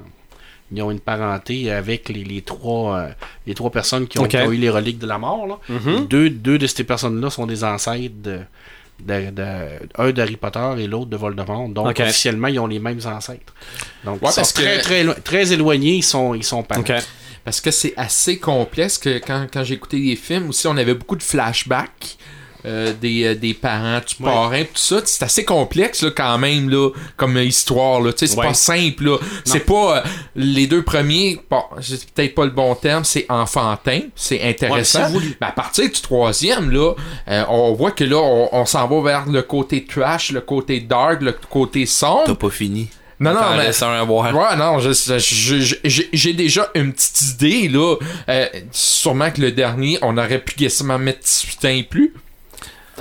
Ils ont une parenté avec les, les trois, euh, les trois personnes qui ont,
Ok. Mhm.
qui ont eu les reliques de la mort. là. deux, deux de ces personnes-là sont des ancêtres de, de- de- un d'Harry Potter et l'autre de Voldemort. Donc,
Ok.
officiellement, ils ont les mêmes ancêtres. Donc,
Ouais,
ils sont
parce que-
très, très, lo- très éloignés, ils sont, ils sont parents.
OK.
parce que c'est assez complexe que quand, quand j'ai écouté les films aussi, on avait beaucoup de flashbacks. euh, des, euh, des parents, du
Ouais.
parrain, pis tout ça, c'est assez complexe là, quand même là, comme histoire. Là. Tu sais, C'est
Ouais.
pas simple. là. C'est pas euh, les deux premiers, bon, c'est peut-être pas le bon terme, c'est enfantin, c'est intéressant.
Ouais, mais c'est voulu.
Mais à partir du troisième, là, euh, on voit que là, on, on s'en va vers le côté trash, le côté dark, le côté sombre.
T'as pas fini.
Non, non,
T'en
mais-
laisses un à voir.
Ouais, non, je- je- je- j'ai j'ai déjà une petite idée, là. Euh, sûrement que le dernier, on aurait pu guesser mettre 18 ans et plus.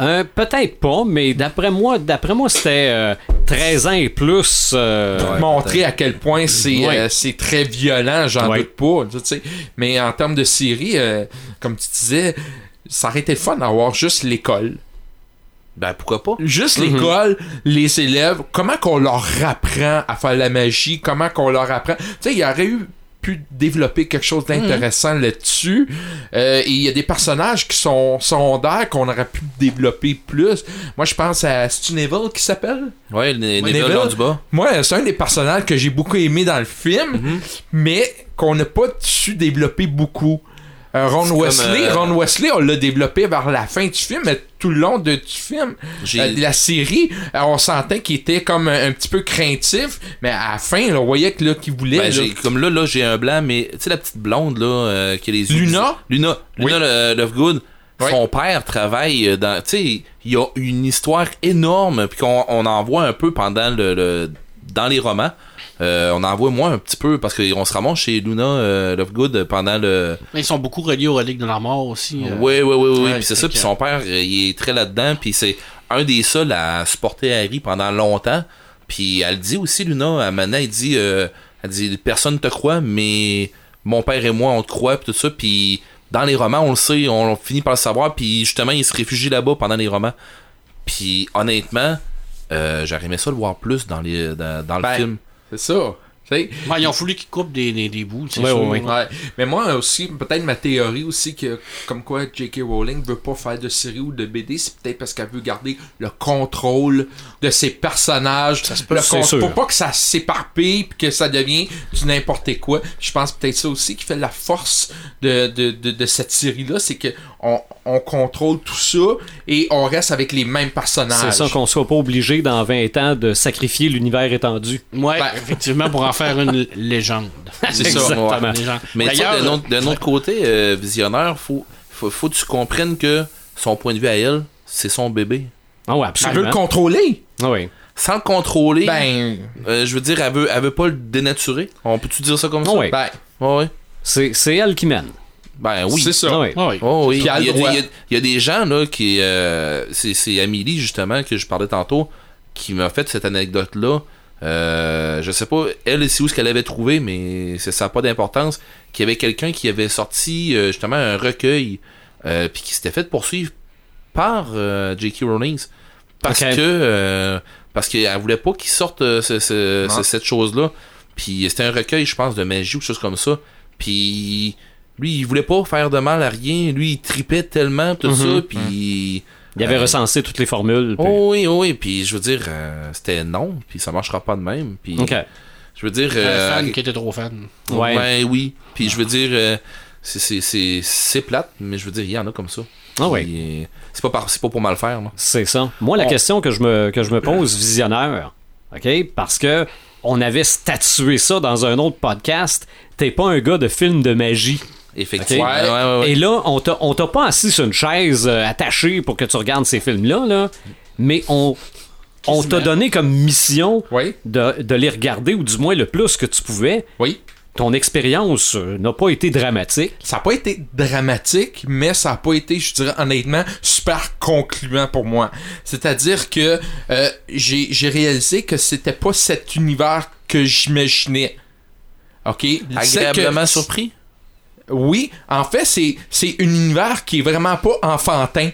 Euh, Peut-être pas, mais d'après moi, d'après moi, c'était euh, 13 ans et plus. euh,
Ouais,
montrer
peut-être.
à quel point c'est
Ouais.
euh, c'est très violent, j'en
Ouais.
doute pas. tu sais. Mais en termes de série, euh, comme tu disais, ça aurait été le fun d'avoir juste l'école.
Ben pourquoi pas?
Juste l'école, les élèves, comment qu'on leur apprend à faire la magie, comment qu'on leur apprend. Tu sais, il y aurait eu pu développer quelque chose d'intéressant là-dessus. Euh, et il y a des personnages qui sont secondaires qu'on aurait pu développer plus. Moi, je pense à Stu Neville qui s'appelle.
Ouais, les, les
Neville.
violons du bas.
Moi, c'est un des personnages que j'ai beaucoup aimé dans le film,
Mhm.
mais qu'on n'a pas su développer beaucoup. Euh,
C'est
Ron
comme,
Wesley,
euh,
Ron Wesley, on l'a développé vers la fin du film, mais tout le long de, du film,
J'ai-
euh, de la série, euh, on sentait qu'il était comme un, un petit peu craintif, mais à la fin, là, on voyait que là, qu'il voulait.
Ben,
là.
j'ai- comme là, là, j'ai un blanc, mais tu sais, la petite blonde, là, euh, qui a les yeux.
Luna?
Luna,
Oui.
Luna le- Lovegood.
Oui.
Son père travaille euh, dans. Tu sais, il y a une histoire énorme, puis qu'on on en voit un peu pendant le. le- dans les romans. Euh, on en voit moins un petit peu, parce qu'on se ramasse chez Luna euh, Lovegood pendant le.
Mais ils sont beaucoup reliés aux reliques de la mort aussi.
Ah
euh.
Oui, oui, oui, oui.
ouais,
puis c'est
fait
ça.
que-
Puis son père, euh, il est très là-dedans. Puis c'est un des seuls à supporter Harry pendant longtemps. Puis elle dit aussi, Luna, à Mana, elle dit, euh, elle dit Personne te croit, mais mon père et moi, on te croit. Puis tout ça. Puis dans les romans, on le sait, on finit par le savoir. Puis justement, il se réfugie là-bas pendant les romans. Puis honnêtement, euh, j'aurais aimé ça le voir plus dans, les, dans, dans le
Ben,
film.
C'est ça. tu sais.
Ouais, Ben, ils ont voulu qu'ils coupent des, des, des bouts, c'est
Ouais,
sûr.
ouais,
là.
Ouais. Mais moi aussi, peut-être ma théorie aussi que comme quoi J.K. Rowling veut pas faire de série ou de BD, c'est peut-être parce qu'elle veut garder le contrôle de ses personnages. Ça
peut, c'est sûr.
Pour pas que ça s'éparpille puis que ça devienne du n'importe quoi. Je pense peut-être ça aussi qui fait la force de, de, de, de cette série-là, c'est que on, on contrôle tout ça et on reste avec les mêmes
C'est
personnages.
ça qu'on soit pas obligé dans 20 ans de sacrifier l'univers étendu.
Ouais,
Ben-
effectivement, pour en faire une légende.
[laughs] C'est ça.
Exactement.
Une légende.
Mais tu sais,
D'ailleurs,
d'un autre, d'un autre côté, euh, visionnaire, faut, faut, faut que tu comprennes que son point de vue à elle, c'est son bébé.
Ah ouais,
Elle veut
absolument.
le contrôler.
Ah ouais.
Sans le contrôler,
Ben,
euh, je veux dire, elle veut, elle veut pas le dénaturer. On peut-tu dire ça comme ça?
Ah ouais.
ben,
Ouais, ouais.
C'est c'est elle qui mène.
Ben oui.
c'est ça.
Ah ouais.
Ouais, ouais.
Oh oui.
Puis elle
il, y a des,
doit.
il y a- il y a des gens là qui euh, c'est c'est Amélie justement que je parlais tantôt qui m'a fait cette anecdote là. je sais pas elle c'est où ce qu'elle avait trouvé mais c'est- ça n'a pas d'importance qu'il y avait quelqu'un qui avait sorti euh, justement un recueil euh, puis qui s'était fait poursuivre par euh, J.K. Rowling parce
Ok.
que euh, parce qu'elle voulait pas qu'il sorte euh, ce- ce-
Non.
ce- cette chose là puis c'était un recueil je pense de magie ou quelque chose comme ça puis lui, il voulait pas faire de mal à rien. Lui, il tripait tellement, tout ça. Puis.
Mhm. Il avait
Euh,
recensé toutes les formules. puis-
Oh oui, oh oui. Puis je veux dire, euh, c'était non. Puis ça marchera pas de même. Puis.
Ok.
Je veux dire.
Un
euh,
fan qui était trop fan.
Ouais.
ben oui. Puis je veux dire, euh, c'est- c'est- c'est c'est plate, mais je veux dire, il y en a comme ça.
Ah ouais.
Puis, euh, C'est pas, par- c'est pas pour mal faire, là.
C'est ça. Moi, la
On-
question que je me, que je me pose, visionnaire, OK? Parce que on avait statué ça dans un autre podcast. T'es pas un gars de film de magie.
Effectivement.
Ok.
Ouais, ouais, ouais.
Et là, on t'a on t'a pas assis sur une chaise euh, attachée pour que tu regardes ces films-là, là, mais on, on t'a donné comme mission
Oui,
de, de les regarder, ou du moins le plus que tu pouvais.
oui.
Ton expérience euh, n'a pas été dramatique.
Ça n'a pas été dramatique, mais ça n'a pas été, je dirais honnêtement, super concluant pour moi. C'est-à-dire que euh, j'ai j'ai réalisé que c'était pas cet univers que j'imaginais. OK? C'est que-
Agréablement surpris.
Oui, en fait, c'est c'est un univers qui est vraiment pas enfantin.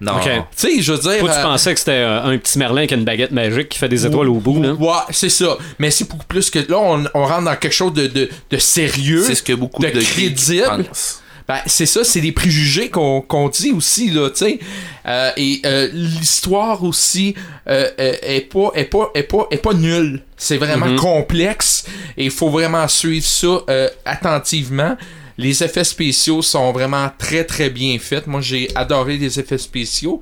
Non.
Ok.
Tu sais, je veux dire.
Toi, tu
euh,
pensais que c'était euh, un petit Merlin qui a une baguette magique qui fait des étoiles au bout, là?
Ouais, c'est ça. Mais c'est beaucoup plus que. Là, on, on rentre dans quelque chose de, de, de sérieux.
C'est ce que beaucoup
de
de,
crédible.
critiques pensent.
Ben, c'est ça, c'est des préjugés qu'on qu'on dit aussi, là, tu sais. Euh, et euh, l'histoire aussi euh, euh, est, pas, est, pas, est, pas, est pas nulle. C'est vraiment
Mhm.
complexe et il faut vraiment suivre ça euh, attentivement. Les effets spéciaux sont vraiment très, très bien faits. Moi, j'ai adoré les effets spéciaux.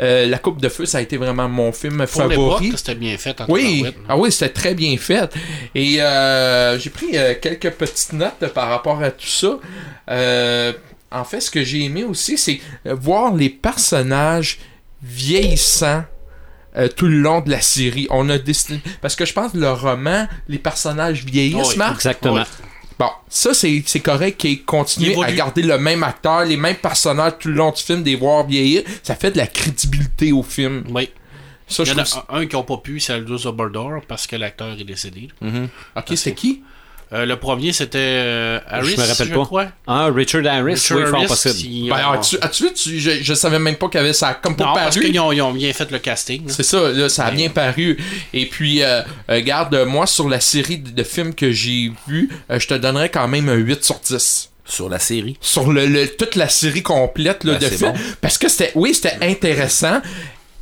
Euh, La Coupe de Feu, ça a été vraiment mon film
Pour l'époque,
favori.
c'était bien fait. en
Oui,
tabarouette.
ah oui, c'était très bien fait. Et euh, j'ai pris euh, quelques petites notes euh, par rapport à tout ça. Euh, en fait, ce que j'ai aimé aussi, c'est euh, voir les personnages vieillissants euh, tout le long de la série. On a décidé... Parce que je pense que le roman, les personnages vieillissent,
Oui,
Marc.
Exactement.
Ouais.
Bon, ça, c'est c'est correct qu'ils
Il
continuent
évolue.
à garder le même acteur, les mêmes personnages tout le long du film, des voir vieillir. Ça fait de la crédibilité au film.
Oui.
Ça,
Il
je
y en
trouve...
a un, un qui n'a pas pu, c'est Aldous Oberdor, parce que l'acteur est décédé.
Mm-hmm.
Ok, c'est qui?
Euh, le premier, c'était euh, Harris,
je me rappelle pas.
crois.
Ah, Richard Harris,
Richard
oui, fort
Harris,
possible.
qui-
Ben,
euh,
as-tu as-tu vu, tu- je, je savais même pas qu'il y avait ça a comme pas
Non, parce
paru.
qu'ils ont, ils ont bien fait le casting. hein. là.
C'est ça, là, ça a bien paru. Et puis, euh, euh, regarde, euh, moi, sur la série de, de films que j'ai vu, euh, je te donnerais quand même un 8 sur 10.
Sur la série.
Sur le, le- toute la série complète là,
Ben,
de
c'est
films.
bon.
Parce que c'était, oui, c'était intéressant.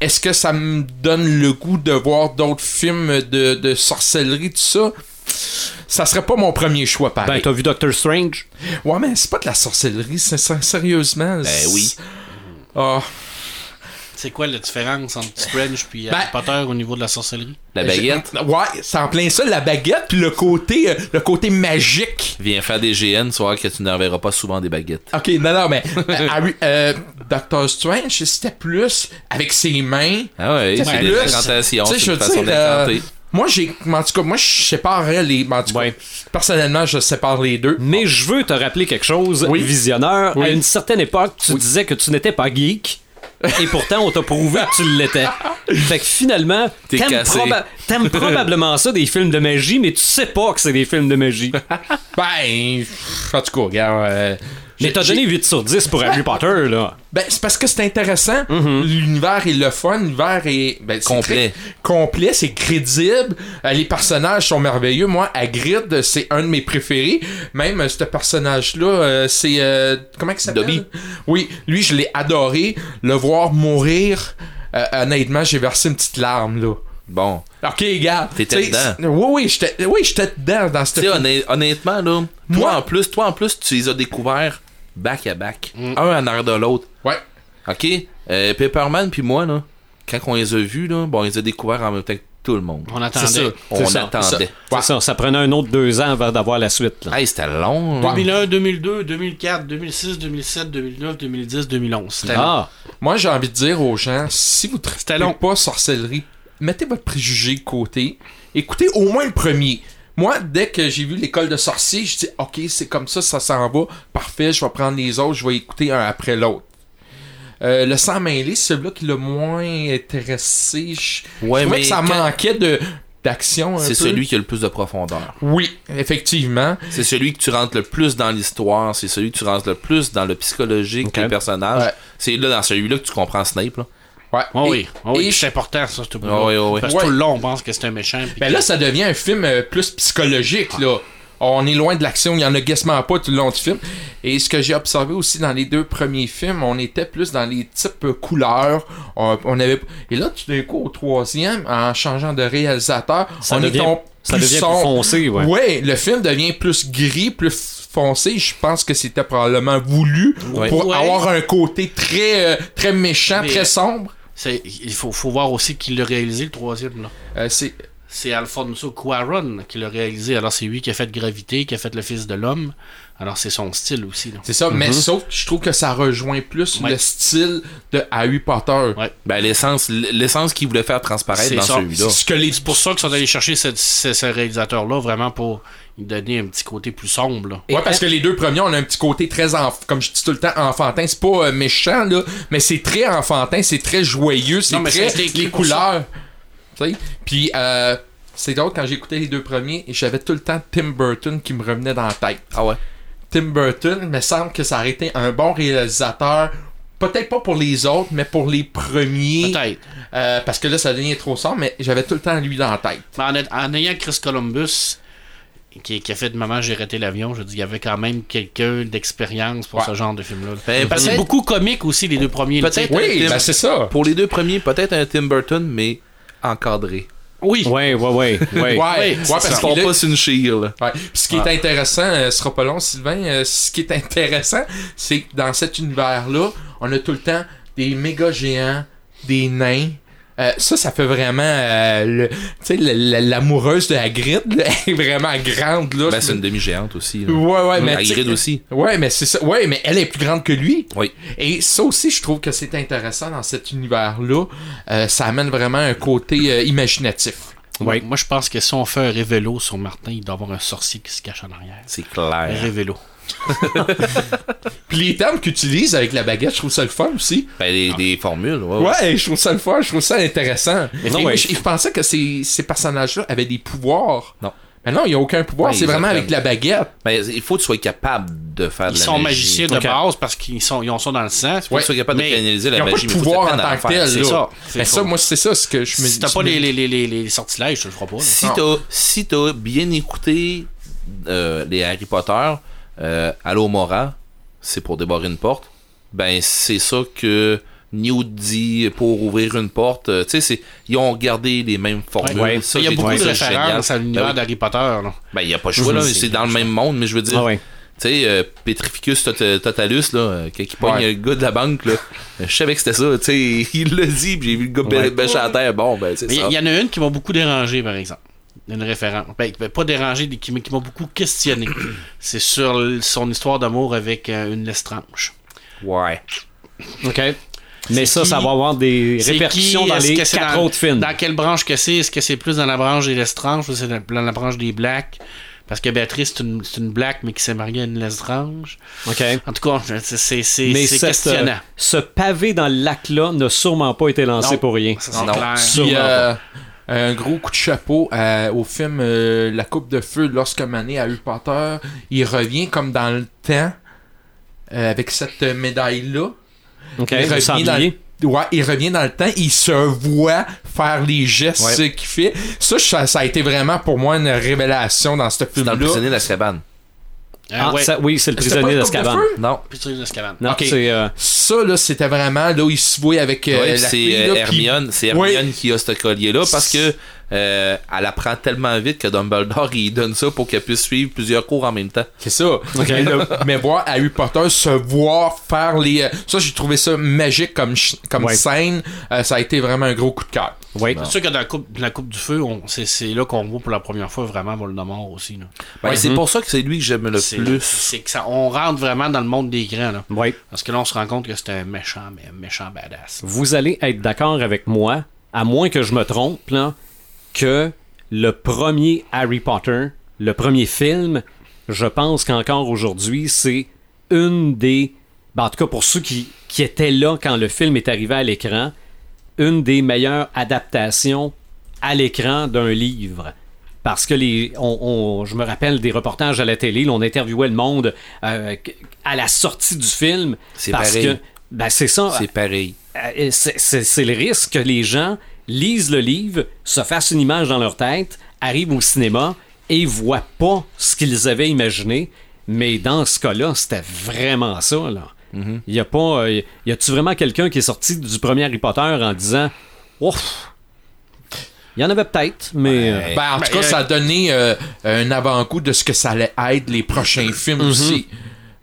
Est-ce que ça me donne le goût de voir d'autres films de, de sorcellerie, tout ça? Ça serait pas mon premier choix,
Ben,
pareil.
t'as vu Doctor Strange?
ouais, mais c'est pas de la sorcellerie, c'est, c'est- sérieusement. c'est-
Ben, oui.
Ah.
C'est quoi la différence entre Strange puis Harry
Ben-
Potter au niveau de la sorcellerie?
La baguette
Je- Ouais, c'est en plein ça, la baguette, puis le côté, euh, le côté magique.
vient faire des GN, soit que tu n'enverras pas souvent des baguettes.
Ok, non,
[laughs]
non, mais euh, Harry- euh, Doctor Strange, c'était plus avec ses mains.
Ah ouais, c'est
C'était
des
plus-
incantations,
tu sais,
c'est
je
une
veux
façon
dire, euh,
d'incanter.
moi, j'ai. En tout cas, moi, je séparerais les. En tout cas,
Ouais.
personnellement, je sépare les deux.
Mais je veux te rappeler quelque chose,
Oui.
visionneur.
Oui.
À une certaine époque, tu disais que tu n'étais pas geek. Et pourtant, on t'a prouvé que tu l'étais. Fait que finalement,
T'es
t'aimes,
cassé.
proba- t'aimes probablement ça des films de magie, mais tu sais pas que c'est des films de magie.
Ben, pff, en tout cas, regarde. euh,
Mais
j'ai-
t'as
j'ai-
donné 8 sur 10 pour Harry Potter, là.
Ben, c'est parce que c'est intéressant. L'univers est le fun, l'univers est. ben, c'est
Mm-hmm. Complet.
très- complet, c'est crédible. Euh, les personnages sont merveilleux. Moi, Hagrid, euh, c'est un de mes préférés. Même euh, ce personnage-là, euh, c'est. euh, comment il s'appelle
Dobby.
Oui, lui, je l'ai adoré. Le voir mourir, euh, honnêtement, j'ai versé une petite larme, là. [laughs]
Bon.
Ok, gars.
T'étais
t'sais,
dedans.
c'est- Oui, oui, j'étais oui, j'étais dedans dans ce
Tu sais, honn- honnêtement, là,
Moi-
toi en plus, toi en plus, tu les as découverts back à back.
Mm.
Un en arrière de l'autre.
Ouais.
OK? Euh, Pepperman puis moi, là, quand on les a vus, là, bon, on les a découverts en même temps que tout le monde.
On
C'est ça.
attendait.
On
C'est ça,
attendait.
c'est ça. Ouais.
C'est ça, ça prenait un autre deux ans avant d'avoir la suite. là.
Hey, c'était long. hein. là.
2001, 2002, 2004, 2006, 2007, 2009, 2010, 2011. C'était long.
Ah,
Moi, j'ai envie de dire aux gens, si vous
C'était
traitez
long.
pas sorcellerie, mettez votre préjugé de côté. Écoutez au moins le premier. Moi, dès que j'ai vu l'école de sorciers, je dis OK, c'est comme ça, ça s'en va. Parfait, je vais prendre les autres, je vais écouter un après l'autre. Euh, le sang mêlé, c'est celui-là qui l'a moins intéressé. Je,
Ouais,
je trouvais
mais
que ça
quand-
manquait de d'action un
C'est
peu.
celui qui a le plus de profondeur.
Oui, effectivement.
C'est celui que tu rentres le plus dans l'histoire. C'est celui que tu rentres le plus dans le psychologique
Ok.
des personnages.
Ouais.
C'est là, dans celui-là, que tu comprends Snape, là.
Ouais.
Oh
Et-
oui, oh oui,
et
c'est important ça, ce
Ah oui, ah oui.
Parce que
Ouais.
tout le long, on pense que c'est un méchant. puis
Ben
que-
là, ça devient un film euh, plus psychologique, là. On est loin de l'action, il y en a guessement pas tout le long du film. Et ce que j'ai observé aussi dans les deux premiers films, on était plus dans les types euh, couleurs. On, on avait... Et là, tout d'un coup, au troisième, en changeant de réalisateur,
ça
on
devient,
est en
ça devient plus foncé, ouais.
Ouais. le film devient plus gris, plus foncé. Je pense que c'était probablement voulu
Ouais.
pour
Ouais.
avoir un côté très, euh, très méchant,
Mais-
très sombre.
c'est- Il faut, faut voir aussi qui l'a réalisé, le troisième. Là.
Euh, c'est...
C'est Alfonso Cuaron qui l'a réalisé. Alors, c'est lui qui a fait Gravité, qui a fait Le Fils de l'Homme. Alors, c'est son style aussi. là.
C'est ça, mais sauf que je trouve que ça rejoint plus
Ouais.
le style de Harry Potter.
Ouais.
Ben, l'essence, l'essence qu'il voulait faire transparaître
C'est
dans
ça.
celui-là.
Ce que les...
C'est pour ça qu'ils sont allés chercher ce, ce- ce réalisateur-là, vraiment pour lui donner un petit côté plus sombre. là.
Ouais, parce que les deux premiers, on a un petit côté très, enf- comme je dis tout le temps, enfantin. C'est pas euh, méchant, là, mais c'est très enfantin, c'est très joyeux, c'est
Non, mais
très
ça a été écrit
les
pour
couleurs. Tu sais? Puis, euh, c'est drôle, quand j'écoutais les deux premiers, j'avais tout le temps Tim Burton qui me revenait dans la tête.
Ah ouais.
Tim Burton, il me semble que ça aurait été un bon réalisateur, peut-être pas pour les autres, mais pour les premiers.
Peut-être.
Euh, parce que là, ça devient trop sombre, mais j'avais tout le temps lui dans la tête.
Mais en, a- en ayant Chris Columbus, qui, qui a fait de Maman, j'ai raté l'avion, je dis, il y avait quand même quelqu'un d'expérience pour
Ouais.
ce genre de film-là.
Ben,
Parce que c'est
peut-être-
beaucoup comique aussi, les deux premiers.
Peut-être
tu sais.
un
Oui,
Tim-
ben c'est ça.
Pour les deux premiers, peut-être un Tim Burton, mais encadré.
Oui.
Ouais, ouais, ouais. ouais.
Ouais, ouais,
Ils
parce
se font
que
pas sur une chire, là.
Ouais. Puis ce qui est intéressant, euh, ce sera pas long, Sylvain, euh, ce qui est [laughs] intéressant, c'est que dans cet univers-là, on a tout le temps des méga géants, des nains. Euh, ça, ça fait vraiment euh, le, tu sais, le- le- l'amoureuse de Hagrid, là, [laughs] est vraiment grande là.
Ben, c'est une demi-géante aussi. là.
Ouais, ouais, mais tu sais-
Hagrid aussi.
Ouais, mais c'est ça. Ouais, mais elle est plus grande que lui.
Oui.
Et ça aussi, je trouve que c'est intéressant dans cet univers-là. Euh, ça amène vraiment un côté euh, imaginatif.
Oui.
Moi, je pense que si on fait un révélo sur Martin, il doit avoir un sorcier qui se cache en arrière.
C'est
Un
clair.
révélo.
Puis les termes qu'ils utilisent avec la baguette, je trouve ça le fun aussi.
Ben, les- des formules, ouais.
Ouais, je trouve ça le fun, je trouve ça intéressant. Mais
Non,
moi,
ouais.
je, je pensais que ces, ces personnages-là avaient des pouvoirs.
Non. Ben,
Mais non, il n'y a aucun pouvoir,
Ouais,
c'est
ils
vraiment avec
apprennent.
la baguette.
Mais Ben, il faut que tu sois capable de faire
Ils
Ah, de la
sont
magie.
magiciens de
Faut que-
base parce qu'ils sont, ils ont ça dans le sang.
Faut que tu sois capable
Mais
de canaliser
Ils
la
n'ont pas
magie.
de
mais faut que
pouvoir en
t'apprennes à
tant
le
que
faire.
tel.
C'est
là.
ça.
Mais ça, moi, c'est ça ce que je me
Si t'as
je
pas
me-
les, les, les, les, les sortilèges, tu le feras pas. là.
Si t'as si t'as bien écouté euh, les Harry Potter, euh, Allo Mora, c'est pour débarrer une porte. Ben c'est ça que Newt dit pour ouvrir une porte. Euh, tu sais, c'est ils ont gardé les mêmes formules.
Ouais.
Ça,
Il y a
j'ai
beaucoup
trouvé
de
ça génial.
références à l'univers
Ben oui.
d'Harry Potter. là.
Ben, il n'y a pas le
[laughs]
choix, là.
Mhm.
C'est dans le même monde, mais je veux dire.
Ah ouais.
Tu sais, euh, Petrificus Tot- Totalus, là, euh, quand il pogne
Ouais.
le gars de la banque, là. Euh, Je savais que c'était ça, tu sais. [laughs] Il l'a dit, puis j'ai vu le gars bê- bêcher à terre. Bon, ben, c'est
Mais
ça.
il y en a une qui m'a beaucoup dérangé, par exemple. Une référence. Ben, ben, pas dérangé, mais qui m'a qui m'a beaucoup
[clears throat]
questionné. C'est sur l- son histoire d'amour avec euh, une Lestrange.
Ouais.
OK. Mais ça,
qui?
ça va avoir des
C'est
répercussions
qui?
dans
Est-ce
les
que c'est
quatre
dans-
autres films.
Dans quelle branche que c'est Est-ce que c'est plus dans la branche des Lestranges ou c'est dans dans la branche des Blacks Parce que Béatrice, c'est une, c'est une Black, mais qui s'est mariée à une Lestrange.
OK.
En tout cas, [laughs] je- c'est- c'est
Mais
c'est- c'est
cette,
questionnant.
euh, ce pavé dans le lac-là n'a sûrement pas été lancé
Non.
pour rien.
Ça, c'est
Non.
clair.
Sûrement
Puis,
pas.
euh, un gros coup de chapeau à- au film euh, La Coupe de Feu, lorsque Mané a eu Potter, il revient comme dans le temps euh, avec cette euh, médaille-là.
OK.
il,
Le
revient dans,
sanglier.
le- ouais, il revient dans le temps, il se voit faire les gestes
Ouais.
qu'il fait. Ça, ça, ça a été vraiment pour moi une révélation dans ce
C'est dans le
film-là.
prisonnier de la cabane.
Ah,
Ah,
ouais.
ça- oui, c'est le
C'était pas
prisonnier
une coupe de
d'Azkaban.
feu?
Non.
Puis tu les escalanes.
Non,
Ok.
c'est euh,
Ça, là, c'était vraiment, là, il se voit avec euh,
Ouais,
la
puis c'est
fille,
euh,
là, puis-
Hermione, c'est
Ouais.
Hermione qui a ce collier-là parce que euh, elle apprend tellement vite que Dumbledore il donne ça pour qu'elle puisse suivre plusieurs cours en même temps.
C'est ça. Mais, le- mais voir Harry Potter se voir faire les. euh, Ça, j'ai trouvé ça magique comme, ch- comme
Ouais.
scène. Euh, ça a été vraiment un gros coup de cœur.
oui.
C'est sûr que dans la Coupe, dans la coupe du Feu, on- c'est- c'est là qu'on voit pour la première fois vraiment Voldemort aussi. Là.
Ben, C'est pour ça que c'est lui que j'aime le
C'est-
plus.
C'est que ça, on rentre vraiment dans le monde des grands. Là.
Oui.
Parce que là, on se rend compte que c'est un méchant, mais un méchant badass.
Vous allez être d'accord avec moi, à moins que je me trompe, là, que le premier Harry Potter, le premier film, je pense qu'encore aujourd'hui, c'est une des. ben, en tout cas, pour ceux qui, qui étaient là quand le film est arrivé à l'écran, une des meilleures adaptations à l'écran d'un livre. Parce que les, on- on- je me rappelle des reportages à la télé, là, on interviewait le monde euh, à la sortie du film.
C'est
parce
pareil.
que ben, c'est ça.
C'est pareil.
Euh, c'est- c'est c'est le risque que les gens lisent le livre, se fassent une image dans leur tête, arrivent au cinéma et voient pas ce qu'ils avaient imaginé. Mais dans ce cas-là, c'était vraiment ça. Là.
Mm-hmm.
Y a pas, euh, y a-tu vraiment quelqu'un qui est sorti du premier Harry Potter en disant, ouf, il y en avait peut-être, mais euh,
Ben, en tout cas, ça a donné euh, un avant-goût de ce que ça allait être les prochains films aussi.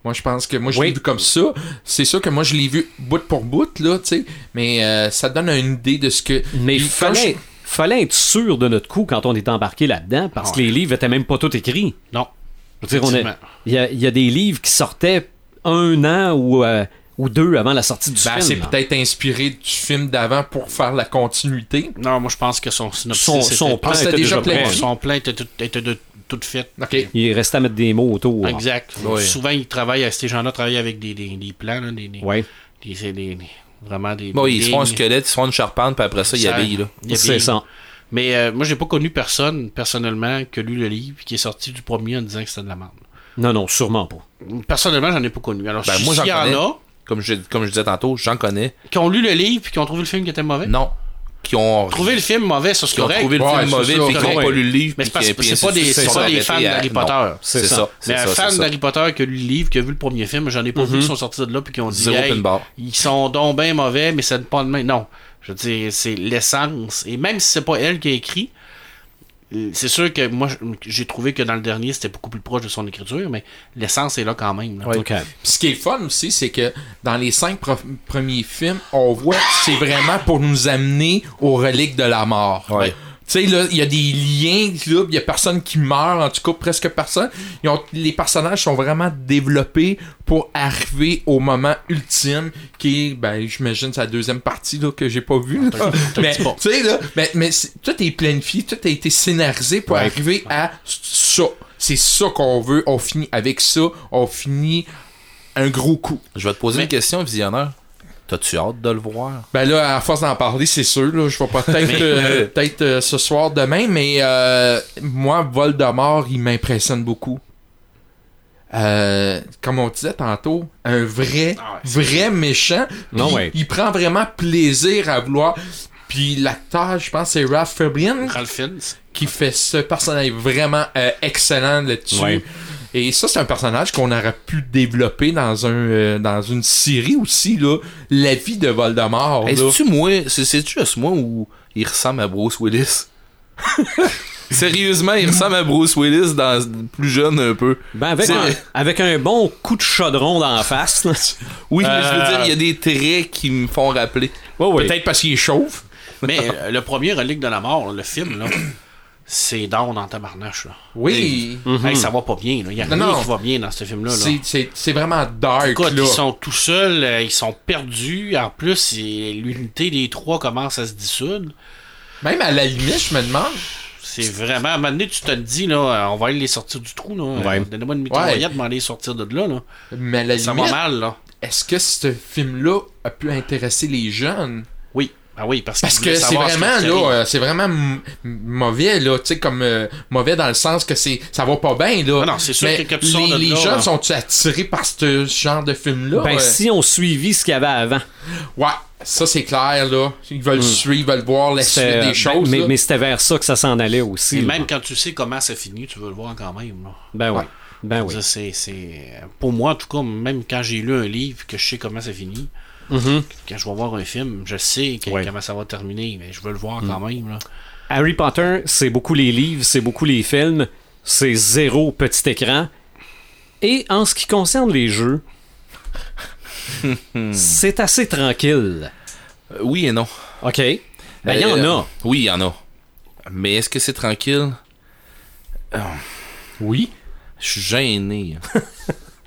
Moi, je pense que moi, je
Mm-hmm. Oui.
l'ai vu comme ça. C'est sûr que moi, je l'ai vu bout pour bout, là, tu sais. Mais euh, ça donne une idée de ce que.
mais
Puis quand
fallait, fallait être sûr de notre coup quand on est embarqué là-dedans, parce que les livres étaient même pas tous écrits.
Non.
Je veux dire, on a-
Effectivement.
il y a, il y a des livres qui sortaient un an ou, euh, ou deux avant la sortie du
je- ben, c'est
film. là.
peut-être inspiré du film d'avant pour faire la continuité.
Non, moi, je pense que son synopsis.
Son-
était- Ah,
son plan
était déjà
prêt.
planifié.
Son plan était tout, était de, tout fait.
OK.
Il restait à mettre des mots autour.
Exact. Souvent, ils travaillent, euh, ces gens-là travaillent avec des, des, des plans, là, des, des,
Ouais.
des- des- des- des- vraiment des.
Bon,
des
ils se font un
lignes.
squelette, ils se font une charpente, puis après ça, ils
Ça-
habillent là.
il habille.
C'est ça.
Mais euh, moi, j'ai pas connu personne, personnellement, que lu le livre qui est sorti du premier en disant que c'était de la merde.
Non, non, sûrement pas.
Personnellement, j'en ai pas connu. Alors,
Ben,
si-
moi, j'en
s'il y
connais.
en a
Comme je, comme je disais tantôt, j'en connais.
qui ont lu le livre puis qui ont trouvé le film qui était mauvais.
Non. Qui ont
Trouver le film mauvais, ça, c'est
qui ont
correct.
trouvé le
Ouais,
film
c'est
mauvais,
ça,
puis qui ont
correct.
pas lu le livre.
Mais
puis
c'est parce-
qui- puis
c'est
ainsi
pas
de suite,
des-
ils
c'est
sont
pas des
arrêtés
fans
à-
d'Harry
non.
Potter.
C'est
C'est ça.
ça.
Mais
c'est
un
ça, c'est
fan
ça. Mm-hmm.
d'Harry Potter qui a lu le livre, qui a vu le premier film, j'en ai pas vu qui sont sortis de là puis qui ont dit
Zéro
hey,
pin bar.
ils sont donc bien mauvais, mais ça ne pas de main. Non, je veux dire, c'est l'essence. Et même si c'est pas elle qui a écrit, euh, c'est sûr que moi j'ai trouvé que dans le dernier c'était beaucoup plus proche de son écriture, mais l'essence est là quand même. là.
OK.
Puis ce qui est le fun aussi, c'est que dans les cinq pro- premiers films, on voit que c'est vraiment pour nous amener aux reliques de la mort.
Ouais.
Tu sais, là, il y a des liens, là, il y a personne qui meurt, en tout cas, presque personne. Ils ont- les personnages sont vraiment développés pour arriver au moment ultime, qui est, ben, j'imagine, sa deuxième partie, là, que j'ai pas vue. là. Mais, tu sais, là, mais, mais c'est- tout est planifié, tout a été scénarisé pour arriver à ça. C'est ça qu'on veut, on finit avec ça, on finit un gros coup.
Je vais te poser une question, visionneur. T'as-tu hâte de le voir?
Ben là, à force d'en parler, c'est sûr, là, je vais pas peut-être euh, peut-être euh, ce soir, demain, mais euh, moi, Voldemort, il m'impressionne beaucoup. Euh, comme on disait tantôt, un vrai, vrai méchant.
Non,
Puis
ouais.
Il prend vraiment plaisir à vouloir. Puis l'acteur, je pense, c'est Ralph Fabian
Ralph Fiennes.
qui fait ce personnage vraiment euh, excellent là-dessus.
Ouais.
Et ça, c'est un personnage qu'on aurait pu développer dans un euh, dans une série aussi, là. La vie de Voldemort. là.
Est-ce-tu moi? c'est- C'est-tu juste moi ou il ressemble à Bruce
[laughs]
Willis? Sérieusement, il ressemble à Bruce Willis dans plus jeune un peu.
Ben avec,
C'est-
un, avec un bon coup de chaudron dans la face. là.
Oui, mais je veux
Euh,
dire, il y a des traits qui me font rappeler.
[laughs] Ouais, ouais.
Peut-être parce qu'il est chauve.
Mais euh, le premier Relique de la Mort, le film, là, c'est down en tabarnache. Là.
Oui.
Hey, ça va pas bien. Il y a
Non,
rien
non.
qui va bien dans ce film-là. là.
C'est- C'est c'est vraiment dark,
Écoute,
là.
ils sont tout seuls, euh, ils sont perdus. En plus, il- l'unité des trois commence à se dissoudre.
Même à la limite, je me demande.
C'est vraiment. À un moment donné, tu te le dis, là, euh, on va aller les sortir du trou. là.
Ouais.
Euh, Donnez-moi une mitraillette,
Ouais.
mais on va les sortir de là. là.
Mais à la
Ça va
limite,
mal, là.
est-ce que ce film-là a pu intéresser les jeunes?
Oui. Ah oui, parce,
Parce
qu'ils voulaient
que c'est
savoir ce
vraiment,
qui
là,
arrive.
euh, c'est vraiment m- m- mauvais, là, tu sais, comme euh, mauvais dans le sens que c'est ça va pas bien, là.
Ah non, c'est sûr
Mais
que quand tu sors de
les,
là,
les
là.
jeunes sont attirés par ce genre de film-là?
Ben,
Euh,
si on suivit ce qu'il y avait avant.
Ouais, ça c'est clair, là. Ils veulent suivre, ils veulent voir la suite
C'était-
des choses.
Hmm. euh, ben, mais
là.
mais c'était vers ça que ça s'en allait aussi.
Et
là.
même quand tu sais comment ça finit, tu veux le voir quand même. là.
Ben oui. Ben oui.
Ça, c'est, c'est- euh, Pour moi, en tout cas, même quand j'ai lu un livre que je sais comment ça finit, quand je vais voir un film, je sais que-
Ouais.
comment ça va terminer, mais je veux le voir quand même. Là.
Harry Potter, c'est beaucoup les livres, c'est beaucoup les films, c'est zéro petit écran. Et en ce qui concerne les jeux,
[laughs]
c'est assez tranquille.
Euh, Oui et non.
OK? Ben, il y en
Euh,
a.
Oui, il y en a. Mais est-ce que c'est tranquille?
Oui.
Je suis
[laughs]
gêné.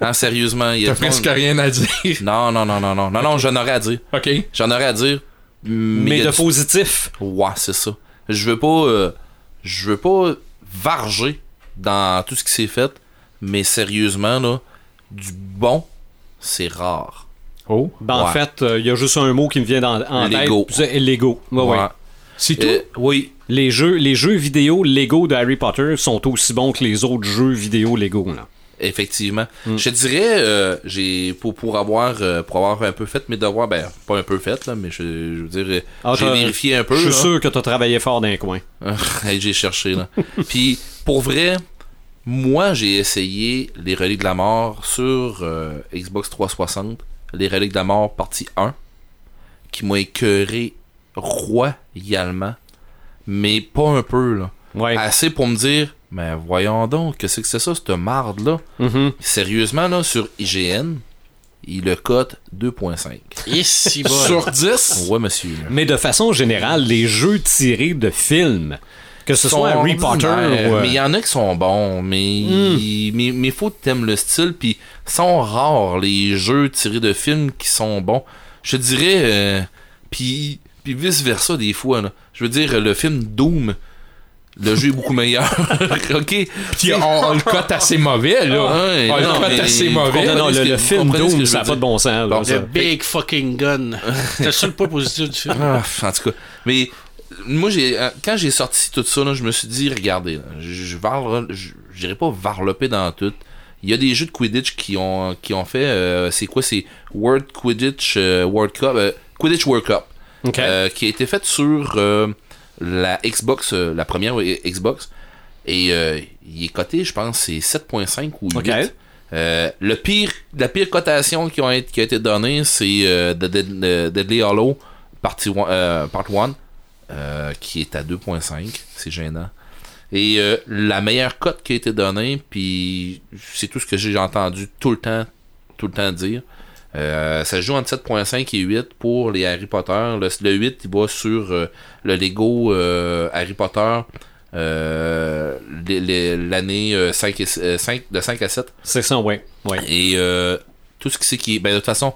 non, sérieusement, il y a
T'as
du monde-
presque rien
[laughs]
à dire.
Non, non, non, non, non. Non, non, j'en aurais à dire.
OK.
J'en aurais à dire. Mais,
Mais
il y a
de
du-
positif.
Ouais, c'est ça. Je veux pas. euh, je veux pas varger dans tout ce qui s'est fait. Mais sérieusement, là, du bon, c'est rare.
Oh.
Ben, en
Ouais.
fait, euh, il y a juste un mot qui me vient dans, en
Lego.
tête. C'est Lego. Ouais, Ah ouais.
C'est tout.
Euh, oui.
Les, jeux, les jeux vidéo Lego de Harry Potter sont aussi bons que les autres jeux vidéo Lego. Là.
Effectivement.
Hmm.
Je te dirais, euh, j'ai pour, pour avoir euh, pour avoir un peu fait mes devoirs, ben pas un peu fait là, mais je, je veux dire, euh,
Ah,
j'ai
t'as-
vérifié un peu.
Je suis
là.
sûr que tu as travaillé fort dans les coins.
Ah, Hey, j'ai cherché [laughs] là. Puis pour vrai, moi j'ai essayé les reliques de la mort sur euh, Xbox 360, les reliques de la mort partie 1, qui m'a écœuré royalement, mais pas un peu là.
Ouais.
Assez pour me dire, mais voyons donc, qu'est-ce que c'est ça, cette marde là?
Mhm.
Sérieusement, là, sur IGN, il le cote 2.5.
Et si bon.
Sur 10,
Ouais, monsieur.
Mais de façon générale, les jeux tirés de films, que ce soit
Sont
Harry Potter
ordinaires,
ou. euh, Hmm.
Mais il y en a qui sont bons, mais il mais, mais faut que t'aimes le style, puis sont rares les jeux tirés de films qui sont bons. Je te dirais, euh, puis puis vice versa des fois. là. Je veux dire, le film Doom, le jeu est beaucoup [laughs] meilleur. ok.
puis on, on le cote assez mauvais,
Ah
là.
Ouais,
on le
non,
cote
mais-
assez
Vous
Non,
mauvais.
non,
comprenez
le,
ce que-
le
vous
film
comprenez ce que
Doom,
je
ça
veux
n'a pas de
dire.
bon sens. là,
Bon,
ça.
The Big Fucking Gun. C'est le seul point positif du film.
Ah, en tout cas. Mais euh, moi, j'ai euh, quand j'ai sorti tout ça, là, je me suis dit, regardez, là, je je varle- je- j'irai pas varloper dans tout. Il y a des jeux de Quidditch qui ont, qui ont fait, euh, c'est quoi, c'est World Quidditch euh, World Cup, euh, Quidditch World Cup,
Ok.
euh, qui a été faite sur euh, la Xbox, euh, la première euh, Xbox, et euh, il est coté, je pense, c'est 7.5 ou 8.
Ok.
Euh, le pire, la pire cotation qui, ont été- qui a été donnée, c'est euh, de, de- de- Deadly Hollow partie one- euh, Part 1, qui est à 2.5. C'est gênant. Et euh, la meilleure cote qui a été donnée, puis c'est tout ce que j'ai entendu tout le temps, tout le temps dire, Euh, ça se joue entre 7.5 et 8 pour les Harry Potter. Le, le 8, il va sur euh, le Lego euh, Harry Potter euh, les- les- l'année euh, 5 et, euh, 5 de 5 à 7.
C'est ça, ouais. ouais.
Et euh, tout ce qui c'est qui. Ben, de toute façon,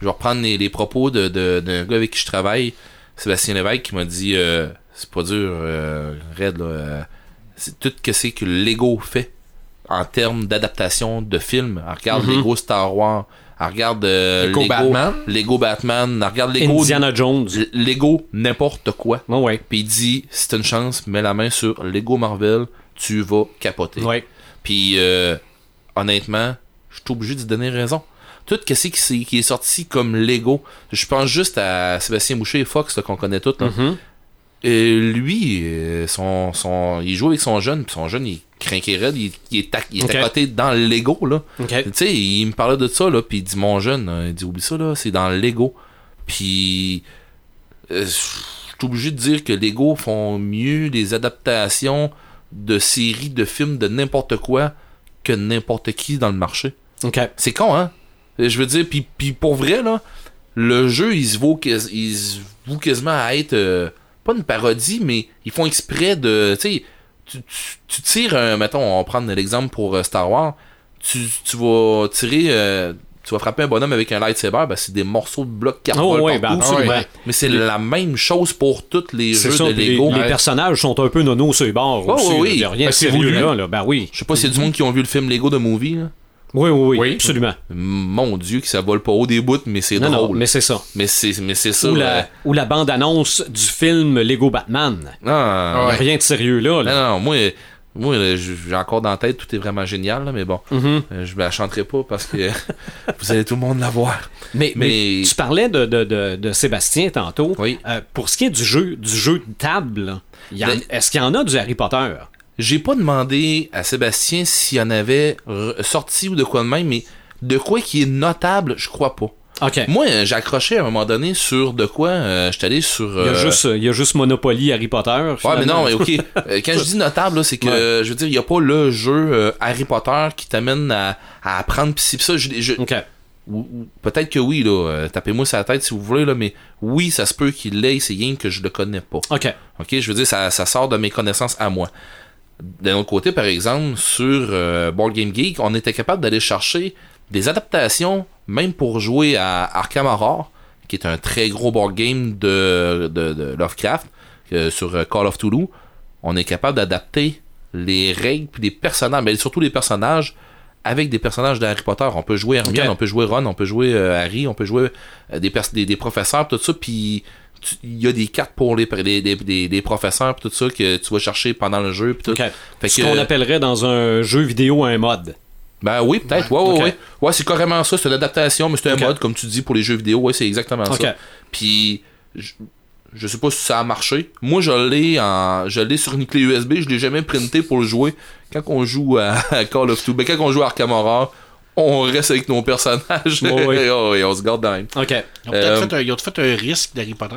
je vais reprendre les, les propos d'un de, d'un gars avec qui je travaille, Sébastien Lévesque, qui m'a dit euh, c'est pas dur, euh, Red, là, euh, c'est tout ce que c'est que Lego fait en termes d'adaptation de films. Elle regarde
Mm-hmm.
Lego Star Wars, elle regarde euh,
Lego Batman.
Lego Batman, elle regarde Lego,
Indiana Jones.
L- Lego n'importe quoi.
Ouais, ouais.
Puis il dit si t'as une chance, mets la main sur Lego Marvel, tu vas capoter.
Ouais.
Puis euh, honnêtement, je suis obligé de donner raison. Tout ce qui, s'est- qui est sorti comme Lego, je pense juste à Sébastien Boucher et Fox là, qu'on connaît tous. là. Euh, lui, euh, son, son, il joue avec son jeune, puis son jeune, il crinquait raide, il, il est, à, il est à
Ok.
côté dans le Lego. Là.
Ok.
Tu sais, il me parlait de ça, là, puis il dit Mon jeune, euh, il dit Oublie ça, là, c'est dans le Lego. Puis, euh, je suis obligé de dire que Lego font mieux les adaptations de séries, de films, de n'importe quoi que n'importe qui dans le marché.
Ok.
C'est con, hein? Je veux dire, puis, puis pour vrai, là, le jeu, il se vaut, quas- il se vaut quasiment à être, euh, pas une parodie, mais ils font exprès de, tu sais, tu, tu- tu tires, un, mettons, on va prendre l'exemple pour euh, Star Wars, tu, tu vas tirer, euh, tu vas frapper un bonhomme avec un lightsaber, ben c'est des morceaux de blocs qui
Oh,
revolent
ouais, ben
partout.
absolument.
Ouais. Mais c'est la même chose pour tous les
C'est
jeux
ça,
de
puis les,
Lego.
les
Ouais.
personnages sont un peu nono sur les bords
Oh,
aussi.
oui,
là.
oui.
Il y a rien
Ben,
de
c'est
sérieux
voulu.
là, là. Ben oui.
Je sais pas s'il y a du monde qui ont vu le film Lego de Movie, là.
Oui, oui, oui.
Oui.
Absolument.
Mon dieu, que ça vole pas haut des bouts, mais c'est
Non,
drôle.
non, mais
mais
c'est ça.
c'est, mais c'est ça.
Ou
ouais.
la, ou la bande-annonce du film Lego Batman.
Ah,
Il y a Rien de sérieux là. là.
Non, non, moi, euh, moi là, j- j'ai encore dans la tête, tout est vraiment génial, là, mais bon,
Mm-hmm.
euh, je me la chanterai pas parce que [laughs] vous allez tout le monde la voir.
Mais,
Mais-
mais tu parlais de, de, de, de Sébastien tantôt.
Oui.
Euh, pour ce qui est du jeu, du jeu de table, il y en-
Ben-
est-ce qu'il y en a du Harry Potter?
J'ai pas demandé à Sébastien s'il y en avait re- sorti ou de quoi de même, mais de quoi qui est notable, je crois pas.
OK.
Moi, euh, j'ai accroché à un moment donné sur de quoi, euh, j'étais allé sur...
il, y a
euh,
juste, il y a juste Monopoly, Harry Potter.
Ouais, mais
finalement.
non,
[laughs]
mais ok. Euh, Quand je dis notable, là, c'est que,
Ouais.
euh, je veux dire, il n'y a pas le jeu euh, Harry Potter qui t'amène à, à apprendre pis ci, pis ça. Je, je-
OK.
Ou- ou- Peut-être que oui, là. euh, Tapez-moi sur la tête si vous voulez, là, mais oui, ça se peut qu'il l'ait, c'est rien que je le connais pas.
OK.
Ok, je veux dire, ça, ça sort de mes connaissances à moi. D'un autre côté, par exemple, sur euh, Board Game Geek, on était capable d'aller chercher des adaptations, même pour jouer à Arkham Horror, qui est un très gros board game de, de- de Lovecraft, euh, sur euh, Call of Toulouse. On est capable d'adapter les règles puis les personnages, mais surtout les personnages avec des personnages d'Harry Potter. On peut jouer Hermione,
Ok.
on peut jouer Ron, on peut jouer euh, Harry, on peut jouer euh, des, pers- des, des professeurs, tout ça, puis tu- il y a des cartes pour les, les, les- les- les professeurs puis tout ça que tu vas chercher pendant le jeu puis tout.
OK.
Fait
ce
que-
qu'on appellerait dans un jeu vidéo un mod.
Ben oui, peut-être. Ouais, ouais,
Ok.
ouais. Ouais, c'est carrément ça. C'est une adaptation, mais c'est un
Ok.
mode, comme tu dis, pour les jeux vidéo. Ouais, c'est exactement
Ok.
ça. Puis, je, je sais pas si ça a marché. Moi, je l'ai en, je l'ai sur une clé USB. Je l'ai jamais printé pour le jouer. Quand on joue à, à Call of Duty, ben, quand on joue à Arkham Horror, on reste avec nos personnages.
Ouais,
[laughs]
ouais.
Et on- et on se garde dans même.
OK.
Ils ont peut-être
Euh,
fait, un- ils ont fait un risque d'Harry Potter.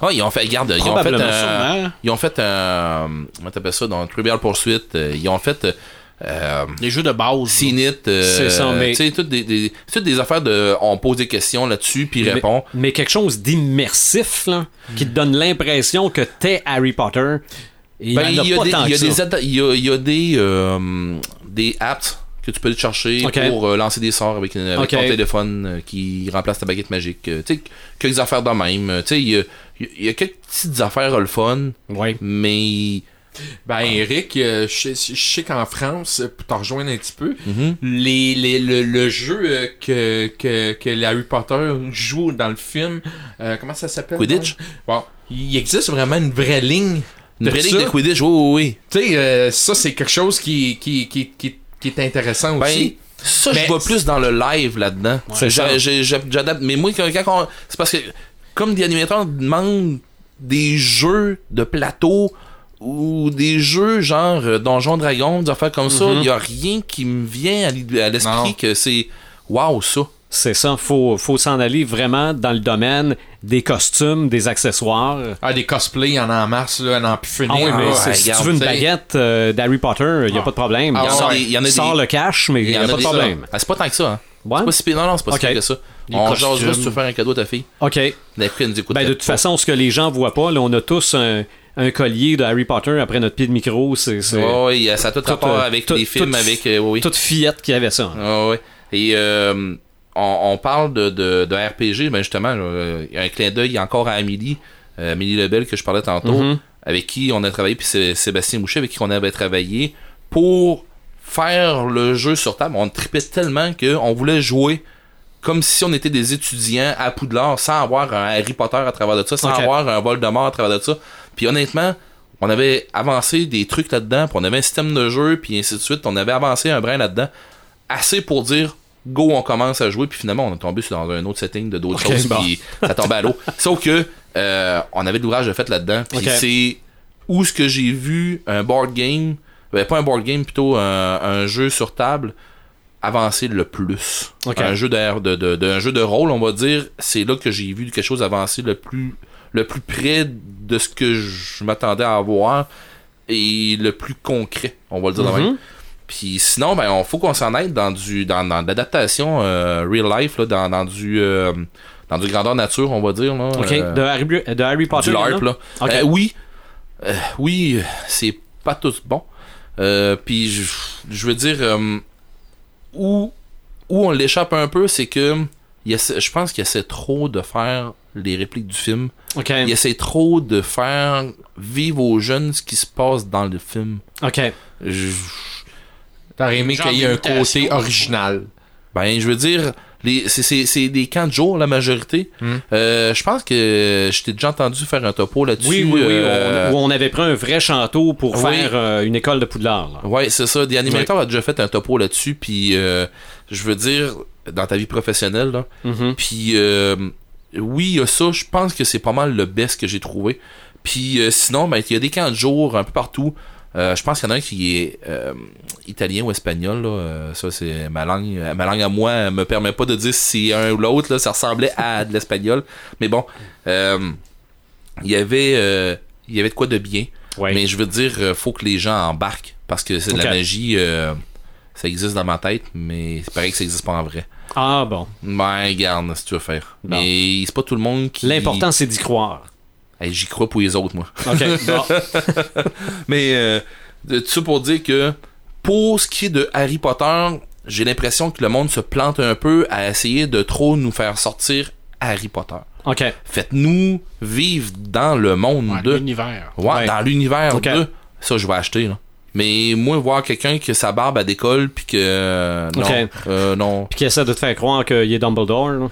Ah, ils ont fait, regarde, ils ont fait,
Probablement,
euh,
sûrement.
ils ont fait, euh, comment t'appelles ça, dans Trivial Pursuit, euh, ils ont fait, euh, euh,
Les jeux de base. là.
Cinit, euh,
C'est ça, mais-
tu sais, toutes des, des- c'est toutes des affaires de, on pose des questions là-dessus, puis
Mais,
répond.
mais quelque chose d'immersif, là, qui te donne l'impression que t'es Harry Potter. Il
Ben,
y en a,
il y a
pas
des,
tant
il y
que
a
ça.
des, atta- il y a- il y a des, euh, des apps que tu peux aller chercher
Ok.
pour euh, lancer des sorts avec, une- avec
Ok.
ton téléphone euh, qui remplace ta baguette magique. Euh, tu sais, quelques affaires de même. Euh, Tu sais, il y a, il y a quelques petites affaires euh, le fun,
Ouais.
mais
Ben, Eric, euh, je, sais- je sais qu'en France, euh, pour t'en rejoindre un petit peu,
Mhm.
les, les- le, le jeu euh, que, que, que le Harry Potter joue dans le film, euh, comment ça s'appelle
Quidditch?
donc? Bon, il existe vraiment une vraie ligne.
une
de
vraie
ça.
ligue de Quidditch, oui, oui, oui.
Tu sais, euh, ça, c'est quelque chose qui, qui, qui, qui, qui est intéressant
Ben,
aussi.
ça,
Mais
je vois
c'est-
plus dans le live là-dedans.
C'est
J'a-
ça.
j'a- j'a- J'adapte. Mais moi, quand, quand on- C'est parce que, comme des animateurs demandent des jeux de plateau ou des jeux genre euh, Donjons Dragons, des affaires comme ça,
Mm-hmm.
il y a rien qui me vient à l'i- à l'esprit
Non.
que c'est. Waouh, ça.
C'est ça, faut, faut s'en aller vraiment dans le domaine des costumes, des accessoires.
Ah, des cosplays, il y en a en mars, là, en a plus finir.
Ah oui,
là.
mais
ouais,
c'est- si tu
regarde,
veux une
t'sais.
baguette euh, d'Harry Potter, il n'y a
Ah.
pas de problème.
Ah
Sors-
ouais.
Il y en a des-
Sors le cash, mais il n'y a,
en
pas de
des-
problème.
Ah, c'est pas tant que ça. hein.
Ouais.
C'est pas si pire. Non, non, c'est pas
Ok.
si pire que ça.
Les
On
costumes.
jasera si tu veux faire un cadeau à ta fille.
OK.
D'après, elle nous écoute.
Ben, de toute façon, ce que les gens voient pas, là, on a tous un, un collier de Harry Potter après notre pied de micro. C'est c'est
Oui, ça a tout rapport
euh,
avec
tout-
les films,
tout-
avec. euh, Oh, oui, oui.
toute fillette qui avait ça.
Ah ouais. Et euh, on, on parle de, de, de RPG, ben justement, euh, il y a un clin d'œil encore à Amélie, euh, Amélie Lebel que je parlais tantôt, avec qui on a travaillé, puis c'est Sébastien Mouchet avec qui on avait travaillé pour faire le jeu sur table. On tripait tellement qu'on voulait jouer comme si on était des étudiants à Poudlard sans avoir un Harry Potter à travers de ça, sans
Ok.
avoir un Voldemort à travers de ça. Puis honnêtement, on avait avancé des trucs là-dedans, puis on avait un système de jeu, puis ainsi de suite. On avait avancé un brin là-dedans. Assez pour dire go, on commence à jouer, puis finalement, on est tombé sur- dans un autre setting de d'autres
Ok,
choses,
bon.
puis ça
[laughs]
tombait à l'eau. Sauf que euh, on avait de l'ouvrage de fait là-dedans, puis
Ok.
c'est où ce que j'ai vu un board game, ben, pas un board game, plutôt un, un jeu sur table avancer le plus.
Ok.
Un jeu de, de, de- de- un jeu de rôle, on va dire, c'est là que j'ai vu quelque chose avancer le plus le plus près de ce que je m'attendais à avoir et le plus concret, on va le dire de
Mhm.
même. Puis sinon, ben, on faut qu'on s'en aide dans du dans, dans de l'adaptation euh, real life, là, dans, dans du euh, dans du grandeur nature, on va dire. Là,
OK.
euh,
de, Harry, de Harry Potter.
du LARP, là.
Ok.
Euh, oui, Euh, oui, euh, c'est pas tous bon. Euh, Puis je- je veux dire, euh, où, où on l'échappe un peu, c'est que il essa- je pense qu'il essaie trop de faire les répliques du film.
OK.
Il essaie trop de faire vivre aux jeunes ce qui se passe dans le film.
OK.
Je-
T'aurais aimé
Genre
qu'il y ait un
d'imitation.
côté original.
ben, je veux dire, les, c'est, c'est, c'est des camps de jour, la majorité.
Hmm.
Euh, je pense que je t'ai déjà entendu faire un topo là-dessus.
Oui, oui, oui.
euh,
on- où on avait pris un vrai chanteau pour
Oui.
faire euh, une école de Poudlard. là.
Ouais, c'est ça. The Animator a déjà fait un topo là-dessus, puis euh, je veux dire, dans ta vie professionnelle, là.
Mhm.
Puis euh, oui, il y a ça. Je pense que c'est pas mal le best que j'ai trouvé. Puis euh, sinon, ben, il y a des camps de jour un peu partout. Euh, je pense qu'il y en a un qui est euh, italien ou espagnol. Là. Euh, ça, c'est ma langue. euh, Ma langue à moi elle me permet pas de dire si c'est un ou l'autre. là. Ça ressemblait à de l'espagnol. Mais bon, euh, il y avait, euh, il y avait de quoi de bien.
Ouais.
Mais je veux dire, euh, faut que les gens embarquent parce que c'est de
Ok.
la magie. euh, ça existe dans ma tête, mais c'est pareil que ça existe pas en vrai.
Ah bon.
Ben, garde, si tu veux faire.
Bon.
Mais c'est pas tout le monde qui.
L'important, c'est d'y croire.
Hey, J'y crois pour les autres, moi. [laughs]
OK. bon.
Mais, euh, tout ça pour dire que, pour ce qui est de Harry Potter, j'ai l'impression que le monde se plante un peu à essayer de trop nous faire sortir Harry Potter.
OK.
Faites-nous vivre dans le monde
Ouais,
de.
l'univers.
Ouais,
Ouais.
dans l'univers
Ok.
de. Ça, je vais acheter, là. Mais moi, voir quelqu'un que sa barbe à décolle, puis que. euh, non.
Ok.
euh, non.
Puis qui essaie de te faire croire qu'il est Dumbledore. là.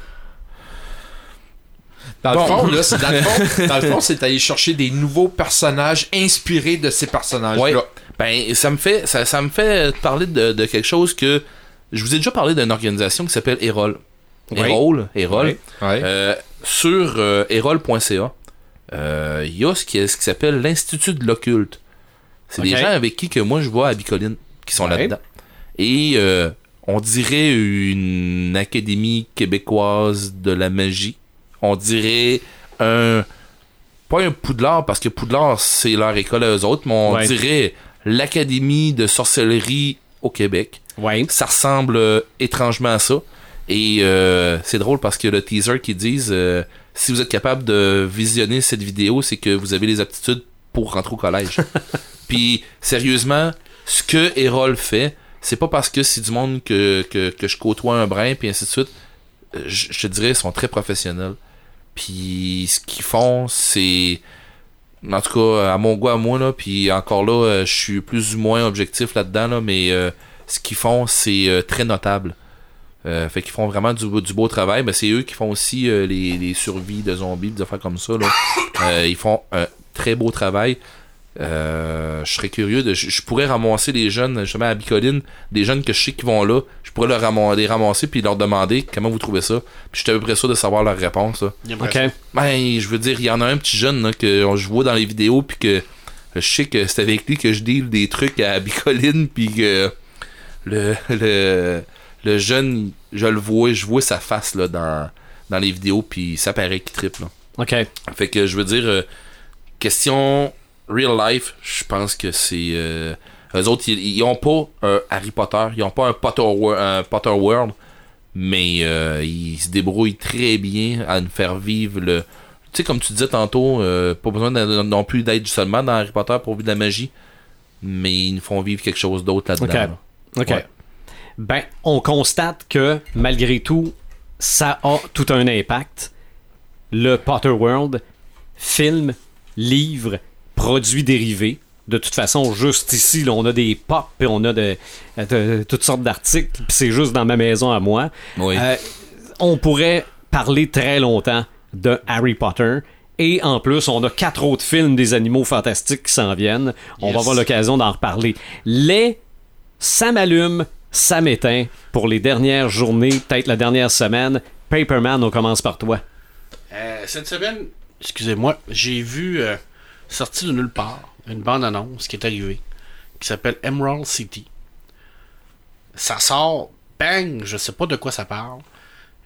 Dans
Bon.
le fond, là, c'est- dans le fond, dans
[laughs]
le fond, c'est d'aller chercher des nouveaux personnages inspirés de ces personnages-là.
Ouais. Ben, ça me fait, ça, ça me fait parler de, de quelque chose que je vous ai déjà parlé d'une organisation qui s'appelle Erol.
Oui.
Erol, Erol.
Oui.
Ouais.
Euh, sur euh, erol.ca, euh, il y a ce qui, ce qui s'appelle l'Institut de l'occulte. C'est des
Ok.
gens avec qui que moi je vois à Bicoline qui sont
Ouais.
là-dedans. Et euh, on dirait une académie québécoise de la magie. On dirait un pas un Poudlard parce que Poudlard c'est leur école à eux autres, mais on
Ouais.
dirait l'académie de sorcellerie au Québec.
Ouais.
Ça ressemble euh, étrangement à ça. Et euh, c'est drôle parce que le teaser qu'ils disent, euh, si vous êtes capable de visionner cette vidéo, c'est que vous avez les aptitudes pour rentrer au collège. Puis sérieusement, ce que Erol fait, c'est pas parce que c'est du monde que, que, que je côtoie un brin, puis ainsi de suite. Euh, Je je te dirais, ils sont très professionnels. Puis ce qu'ils font, c'est... En tout cas, à mon goût, à moi, là, puis encore là, euh, je suis plus ou moins objectif là-dedans, là, mais euh, ce qu'ils font, c'est euh, très notable. Euh, fait qu'ils font vraiment du, du beau travail, mais c'est eux qui font aussi euh, les, les survies de zombies, des affaires comme ça. là. [coughs] Euh, ils font un très beau travail. Euh, je serais curieux de. Je je pourrais ramasser les jeunes, justement à Bicoline, des jeunes que je sais qui vont là. Je pourrais leur ramasser, les ramasser puis leur demander comment vous trouvez ça. Puis je suis à peu près sûr de savoir leur réponse. là.
J'aimerais
OK.
ça.
Ben, je veux dire, il y en a un petit jeune là, que on- je vois dans les vidéos, puis que je sais que c'est avec lui que je deal des trucs à bicoline, [laughs] puis que le, le, le jeune, je le vois, je vois sa face là, dans, dans les vidéos, puis ça paraît qu'il triple.
OK.
Fait que je veux dire, euh, question real life, je pense que c'est. Euh, eux autres, ils, ils ont pas un Harry Potter, ils ont pas un Potter, Wo- un Potter World, mais euh, il se débrouille très bien à nous faire vivre le. Tu sais, comme tu disais tantôt, euh, pas besoin d'un- non plus d'être seulement dans Harry Potter pour vivre de la magie, mais ils nous font vivre quelque chose d'autre là-dedans.
OK.
là.
OK.
Ouais.
Ben, on constate que malgré tout, ça a tout un impact. Le Potter World, film, livre, produits dérivés. De toute façon, juste ici, là, on a des pop et on a de, de- toutes sortes d'articles. puis C'est juste dans ma maison à moi.
Oui.
Euh, on pourrait parler très longtemps de Harry Potter. Et en plus, on a quatre autres films des animaux fantastiques qui s'en viennent. On
Yes.
va avoir l'occasion d'en reparler. Les ça m'allume, ça m'éteint pour les dernières journées, peut-être la dernière semaine. Paperman, on commence par toi.
Euh, cette semaine, excusez-moi, j'ai vu euh, sortie de nulle part une bande-annonce qui est arrivée qui s'appelle Emerald City. Ça sort, bang, je sais pas de quoi ça parle.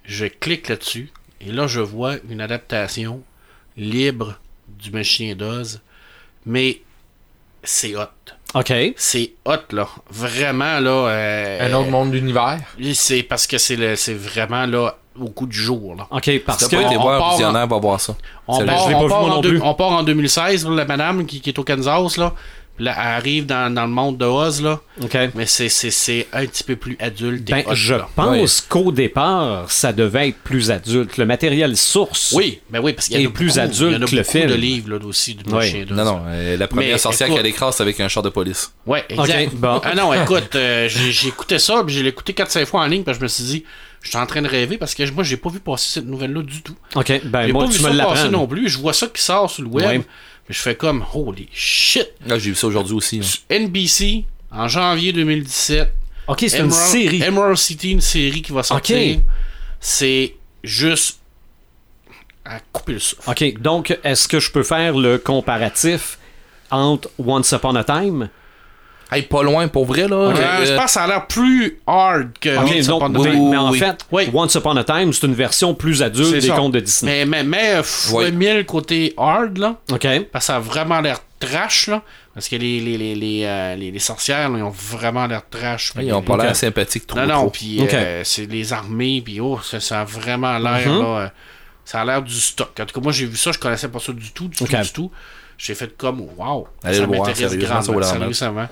Je clique là-dessus et là je vois une adaptation libre du Machin d'Oz, mais c'est hot.
OK.
C'est hot là, vraiment là. euh,
Un autre monde d'univers.
C'est parce que c'est le- c'est vraiment là au coup du jour là.
OK, parce
Si
que.
t'as pas été
on
voir,
part en-
Visionnaire va voir ça.
On
Salut.
part,
je l'ai
on
pas vu,
part
moi
en
non
deux-
plus.
on part en 2016, là, la madame qui, qui est au Kansas, là, Puis là, elle arrive dans, dans le monde de Oz, là,
OK.
mais c'est- c'est c'est un petit peu plus adulte. et
Ben,
hot,
je
là.
pense qu'au départ, ça devait être plus adulte. Le matériel source.
Oui, ben oui, parce qu'il
Et
y en a
plus
beaucoup,
adulte
il y en a
que le
beaucoup
film.
de livres là, aussi du
Oui.
Chien d'Oz.
Non, non, euh, la première
Mais
sorcière
écoute-
qu'elle écrase avec un char de police.
Ouais, exact.
Ok, bon.
Ah non, écoute, euh, j'ai j'ai écouté ça, puis j'ai écouté 4-5 fois en ligne, parce que je me suis dit, je suis en train de rêver, parce que moi, j'ai pas vu passer cette nouvelle-là du tout.
OK, ben,
J'ai
moi,
pas vu
tu me
ça passer
l'apprends.
non plus, je vois ça qui sort sur le web,
Ouais.
mais je fais comme, holy shit!
Là, Ah, j'ai vu ça aujourd'hui aussi. hein. là.
NBC, en janvier 2017,
OK, c'est une
Emerald-
série.
Emerald City, une série qui va sortir.
Ok.
C'est juste à couper le souffle.
OK, donc est-ce que je peux faire le comparatif entre Once Upon a Time
Hey, pas loin, pour vrai, là.
Euh,
Euh,
je pense que ça a l'air plus hard que
OK,
Euh, Once
donc,
Upon a
oui,
Time.
mais en
Oui.
fait,
Oui.
Once Upon a Time, c'est une version plus adulte
C'est
des
ça.
contes de Disney.
Mais, mais, mais euh, fois
Oui.
mille côté hard, là.
OK.
Parce que ça a vraiment l'air trash, là. Parce que les, les, les, les, euh, les- les sorcières, là, ils ont vraiment l'air trash.
Ils ont pas l'air sympathiques trop.
Non, non,
trop.
puis
Ok.
euh, c'est les armées, puis oh, ça, ça a vraiment l'air,
Mhm.
là, euh, ça a l'air du stock. En tout cas, moi, j'ai vu ça, je connaissais pas ça du tout, du
Ok.
tout, du tout. J'ai fait comme, wow,
Allez
ça
le voir,
m'intéresse
sérieusement, ça vaut
grandement,
la peine.
sérieusement.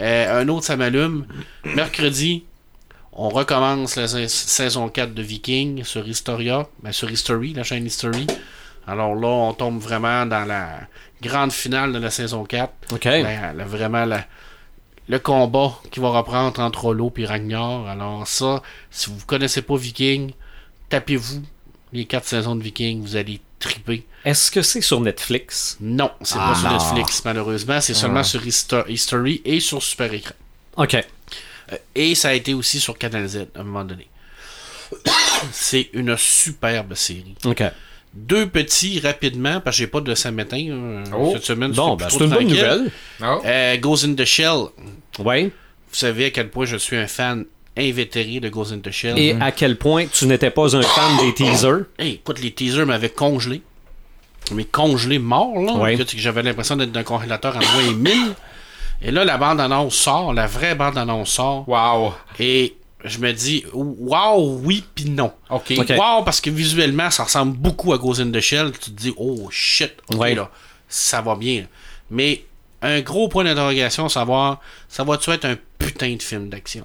Euh, un autre, ça m'allume. Mercredi, on recommence la sais- saison 4 de Viking sur Historia, ben, sur History, la chaîne History. Alors là, on tombe vraiment dans la grande finale de la saison 4.
OK.
Ben, la- vraiment la- le combat qui va reprendre entre Rollo et Ragnar. Alors ça, si vous connaissez pas Viking, tapez-vous les quatre saisons de Viking, vous allez triper.
Est-ce que c'est sur Netflix
Non, c'est
Ah,
pas sur Netflix malheureusement, c'est seulement sur Histo- History et sur Super Écran.
OK.
Euh, Et ça a été aussi sur Canal Z à un moment donné. [coughs] C'est une superbe série.
OK.
Deux petits rapidement, parce que j'ai pas de samedi
Oh.
cette semaine.
Bon, ben,
c'était
c'est
plutôt
une bonne
tranquille.
nouvelle.
Euh, Goes in the Shell,
Oui.
Vous savez à quel point je suis un fan invétéré de Ghost in the Shell.
Et à quel point tu n'étais pas un fan des teasers
Hey, écoute, les teasers m'avaient congelé. Mais congelé mort, là.
Ouais.
Écoute, J'avais l'impression d'être dans un congélateur en moins 1000. Et là, la bande-annonce sort, la vraie bande-annonce sort.
Wow.
Et je me dis, wow, oui, puis non.
OK.
Ok.
Wow, parce que visuellement, ça ressemble beaucoup à Ghost in the Shell. Tu te dis, oh shit, ok,
Ouais.
là, ça va bien. Mais un gros point d'interrogation, savoir, ça va-tu être un putain de film d'action?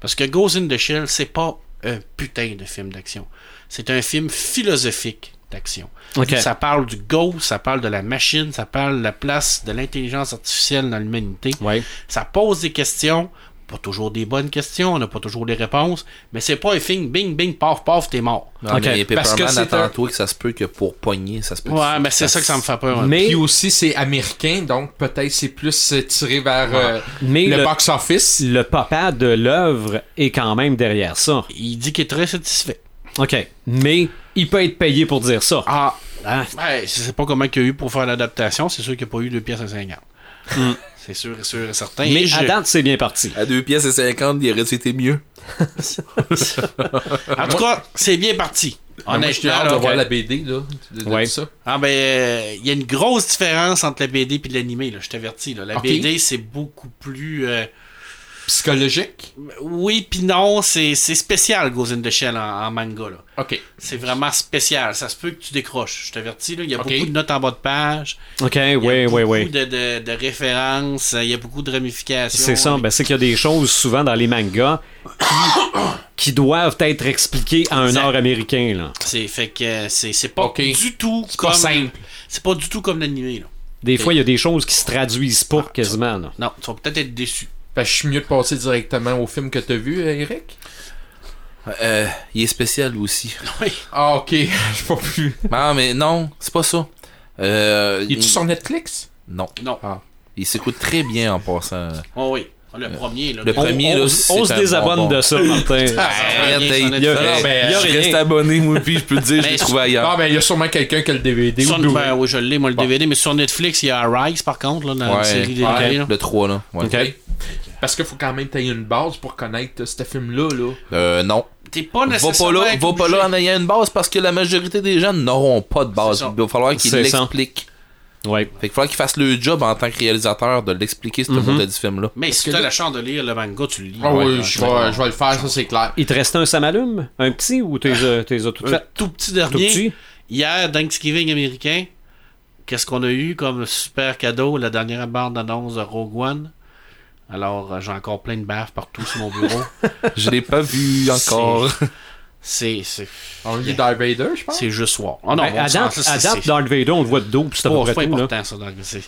Parce que Ghost in the Shell, c'est pas un putain de film d'action. C'est un film philosophique d'action.
Ok.
Ça parle du go, ça parle de la machine, ça parle de la place de l'intelligence artificielle dans l'humanité.
Ouais.
Ça pose des questions, pas toujours des bonnes questions, on n'a pas toujours les réponses, mais c'est pas un film bing bing paf paf t'es mort.
Non,
Ok,
mais
parce que
Pepperman,
c'est un-
attends-toi que ça se peut que pour pogner, ça se peut.
Ouais, mais c'est ça que ça me fait peur. un peu.
Mais
Puis aussi, c'est américain, donc peut-être c'est plus euh, tiré vers euh,
Mais
le,
le-
box-office.
le papa de l'œuvre est quand même derrière ça.
Il dit qu'il est très satisfait.
OK. Mais il peut être payé pour dire ça.
Ah,
Hein?
ouais, je sais pas comment qu'il y a eu pour faire l'adaptation, c'est sûr qu'il n'y a pas eu deux pièces à 50.
Hmm.
C'est sûr, et sûr et certain.
Mais
Et je-
à date, c'est bien parti.
À deux pièces et cinquante, il aurait été mieux.
en tout cas, c'est bien parti.
Ah, Moi, j'ai
Honnêtement,
hâte de
là,
voir la BD, là. de- de- de
Ouais.
ça.
Ah ben, euh, il y a une grosse différence entre la BD et l'animé, là, je t'avertis. là. La
Ok.
BD, c'est beaucoup plus... euh,
psychologique.
Oui, puis non, c'est c'est spécial, Ghost in the Shell, en, en manga. là.
OK.
C'est vraiment spécial. Ça se peut que tu décroches. Je t'avertis, là, il y a
Ok.
beaucoup de notes en bas de page.
Ok,
Il y a
oui, oui,
beaucoup
oui.
De, de- de références. Il y a beaucoup de ramifications.
C'est ça, ben, c'est qu'il y a des choses souvent dans les mangas qui, [coughs] qui doivent être expliquées à un
Exact.
nord américain. Là.
C'est fait que euh, c'est c'est pas
Ok.
du tout
pas
comme
simple.
C'est pas du tout comme l'animé là.
Des fois, il y a des choses qui se traduisent
Ah,
pas quasiment. Là.
Non, tu vas peut-être être déçu. [laughs]
Fait que je suis mieux de passer directement au film que t'as vu, euh, Eric.
Euh, il est spécial lui aussi. [laughs]
Ah, ok. [laughs] Je pas plus.
non, mais non, c'est pas ça. Euh,
Il est-tu sur Netflix?
Non.
Non.
Ah.
Il s'écoute très bien en passant.
Oh oui, le premier là.
le
on-
On,
premier,
on-
là,
on
c'est
se
un
désabonne
bonbon.
de Ah, ça,
[laughs]
Martin.
Arrête,
rien
hey,
Ben, euh,
il
sur
y a-
Netflix.
Non, ben,
hey,
y a
je
rien.
reste abonné, moi, puis je peux te dire, je l'ai
Mais-
trouvé ailleurs.
Ah, ben, il y a sûrement quelqu'un qui a le DVD
Sur-
ou le Blu-ray.
ben oui, je l'ai, moi, le
Bon.
DVD, mais sur Netflix, il y a Rise, par contre, là, dans
Ouais,
la série des
ouais,
DVD, là.
le 3, là. Ouais.
Ok. Parce qu'il faut quand même tailler une base pour connaître euh, ce film-là. Là.
Euh, non.
T'es pas
Va
nécessairement.
pas là, va pas
obligé.
là en ayant une base parce que la majorité des gens n'auront pas de base.
C'est ça.
Il va falloir qu'ils
C'est ça.
l'expliquent.
Ouais.
Fait qu'il va falloir qu'ils fassent le job en tant que réalisateur de l'expliquer, ce monde du film-là.
Mais si
que
t'as
là-
la chance de lire le manga, tu le lis.
Ah oui,
Ouais,
je
ouais.
vais je vais le faire, ça c'est clair.
Il te restait un samalume? Un petit ou t'es euh, t'es as toutes
Un
faites?
tout petit
Tout
dernier.
petit?
Hier, Thanksgiving américain, qu'est-ce qu'on a eu comme super cadeau? La dernière bande d'annonce de Rogue One. Alors, euh, j'ai encore plein de baffes partout sur mon
[laughs]
bureau.
Je l'ai pas [laughs] vu encore.
C'est c'est-
On lit Darth Vader, je pense.
c'est juste soir. Oh non,
Ben,
on
à
s'en-
date,
ça,
à
c'est-
date,
c'est-
Darth Vader, on le voit de dos, puis c'est à
Bon,
peu
c'est pas
près tout. Là.
important, ça. donc, c'est-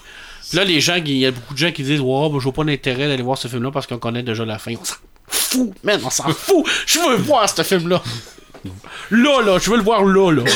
Là, les gens, il y a beaucoup de gens qui disent Wow, ben, je vois pas l'intérêt d'aller voir ce film-là parce qu'on connaît déjà la fin. On s'en fout, man, on s'en fout. [laughs] Je veux voir ce film-là. Là, là, je veux le voir là, là.
Bon,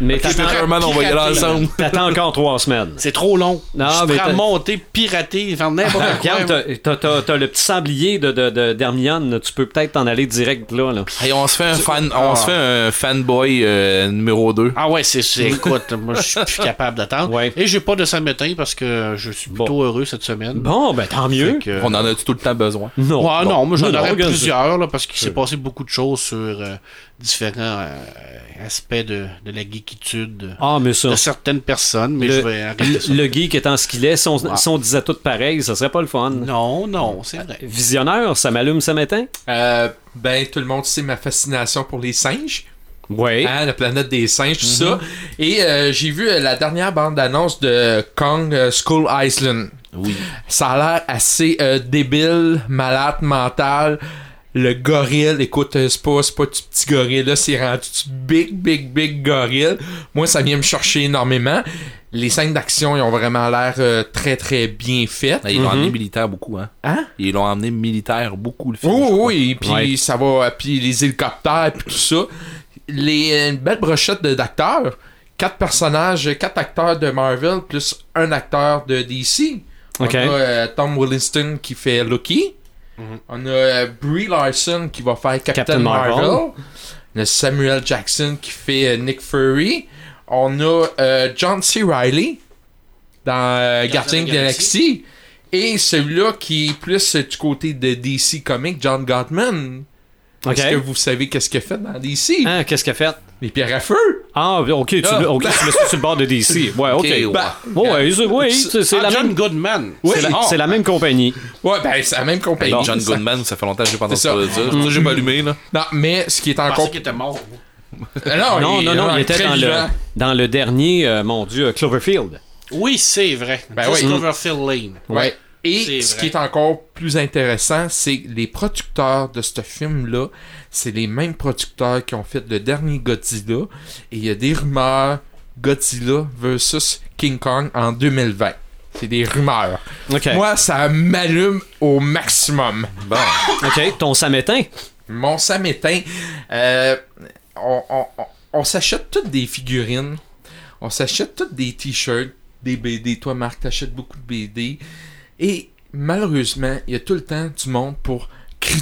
mais
Fait que
t'attends-
Peterman, on va y aller
pirater.
ensemble.
t'attends encore trois semaines.
C'est trop long.
Non,
je suis
mais
prêt à
t'as-
monter, pirater, faire n'importe quoi.
Regarde, t'as- t'as- t'as t'as le petit sablier de, de, de- d'Hermione, tu peux peut-être t'en aller direct là. là.
Hey, on se fait un fan, on se fait un fanboy euh, numéro 2.
Ah ouais, c'est, c'est- écoute, moi je suis plus capable d'attendre.
Ouais.
Et j'ai pas de samedi parce que je suis plutôt heureux cette semaine.
Bon, ben tant mieux.
Fait que- euh,
On en a tout le temps besoin.
Non, Euh.
ouais,
Bon.
non, moi j'en aurais
regarde,
plusieurs là, parce qu'il s'est passé beaucoup de choses sur euh, différents euh, aspects de, de la geekitude
Ah, mais ça.
de certaines personnes, mais
Le,
je vais arrêter ça.
le- le geek étant ce qu'il est, si on,
Ouais.
si on disait tout pareil, ça serait pas le fun.
Non, non, c'est vrai.
Visionneur, ça m'allume ce matin?
Euh, ben, tout le monde sait ma fascination pour les singes.
Oui.
Ah,
Hein, la planète des singes, tout ça. Et euh, j'ai vu euh, la dernière bande-annonce de Kong euh, School Island.
Oui.
Ça a l'air assez euh, débile, malade, mental. Le gorille, écoute, euh, c'est pas, c'est pas du petit gorille, là, c'est rendu du big, big, big gorille. Moi, ça vient me chercher énormément. Les scènes d'action, ils ont vraiment l'air euh, très, très bien faites.
Ils l'ont emmené militaire beaucoup, hein.
Hein?
Ils l'ont emmené militaire beaucoup, le film.
Oui,
je crois.
oui, puis
Ouais.
ça va, puis les hélicoptères, puis tout ça. Les, une belle brochette de- d'acteurs. Quatre personnages, quatre acteurs de Marvel, plus un acteur de DC.
Ok.
On a euh, Tom Williston qui fait Loki. On a euh, Brie Larson qui va faire Captain,
Captain Marvel.
Marvel. On a Samuel Jackson qui fait euh, Nick Fury. On a euh, John C. Riley dans euh, Guardians
Galaxy.
of the Galaxy. Et celui-là qui est plus euh, du côté de DC Comics, John Gottman.
Ok.
Est-ce que vous savez qu'est-ce qu'il a fait dans DC?
Hein, qu'est-ce qu'elle a fait?
Les pierres à feu!
Ah, ok, tu,
Ah.
ok, tu laisses ça sur le bord de DC. Ouais, ok.
ouais.
Bah, ouais, c'est- oui, c'est c'est
Ah,
la,
John Ah.
même-
Goodman.
c'est la-
Oh.
c'est la même compagnie.
Ouais, ben c'est la même compagnie.
Hey, John
ça.
Goodman, ça fait longtemps que j'ai pas entendu
C'est ça.
parler de ça. Mhm. C'est pour ça que j'ai pas allumé, là.
Non, mais ce qui est
Je
encore. Ah
pensais qu'il était mort.
Non,
Non, non, non,
est
il était
très
dans le,
vivant.
dans le dernier, euh, mon Dieu, euh, Cloverfield.
Oui, c'est vrai.
Ben
Just
oui.
Cloverfield Lane.
Ouais. Et
C'est
ce
vrai.
qui est encore plus intéressant, c'est que les producteurs de ce film-là, c'est les mêmes producteurs qui ont fait le dernier Godzilla. Et il y a des rumeurs Godzilla versus King Kong en 2020. C'est des rumeurs.
Ok.
Moi, ça m'allume au maximum.
Bon.
Ok, ton samétain.
Mon samétain, euh, on, on- on- on s'achète toutes des figurines, on s'achète toutes des t-shirts, des BD. Toi, Marc, t'achètes beaucoup de BD. Et malheureusement, il y a tout le temps du monde pour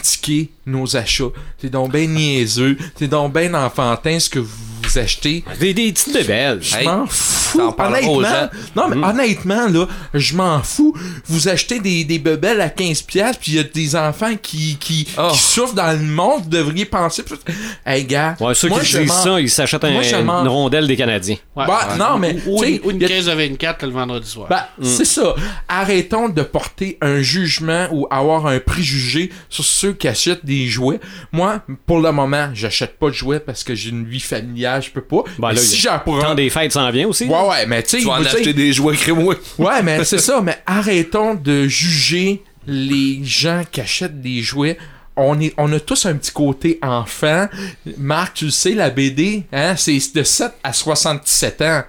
critiquer nos achats. C'est donc ben niaiseux, c'est donc ben enfantin ce que vous achetez.
Des, des petites bébelles.
Je
Hey.
m'en fous. fous.
T'en parleras aux
Honnêtement,
gens.
non,
Mm.
mais honnêtement, là, je m'en fous. Vous achetez des, des bebelles à 15$, puis il y a des enfants qui, qui,
Oh.
qui souffrent dans le monde. Vous devriez penser. Hey, gars.
Ouais, ceux
moi,
qui
je
disent
m'en-
ça, ils s'achètent un-
Moi, je m'en-
une rondelle des Canadiens.
Ouais.
Bah, non, mais,
Ou, ou
tu
une,
sais,
ou une
y a-
15 à 24 le vendredi soir.
Ben,
Mm.
c'est ça. Arrêtons de porter un jugement ou avoir un préjugé sur ceux qui achètent des jouets. Moi, pour le moment, j'achète pas de jouets parce que j'ai une vie familiale, je peux pas.
Ben,
mais
là,
si
il y a-
j'en pourrais-
Tant des fêtes s'en vient aussi.
Ouais, ouais, mais tu sais,
Tu vas en
vous- tu sais-
acheter des jouets crémois.
Ouais, mais c'est ça, mais arrêtons de juger les gens qui achètent des jouets. On, est, on a tous un petit côté enfant. Marc, tu le sais, la BD, hein, c'est de 7 à 67 ans.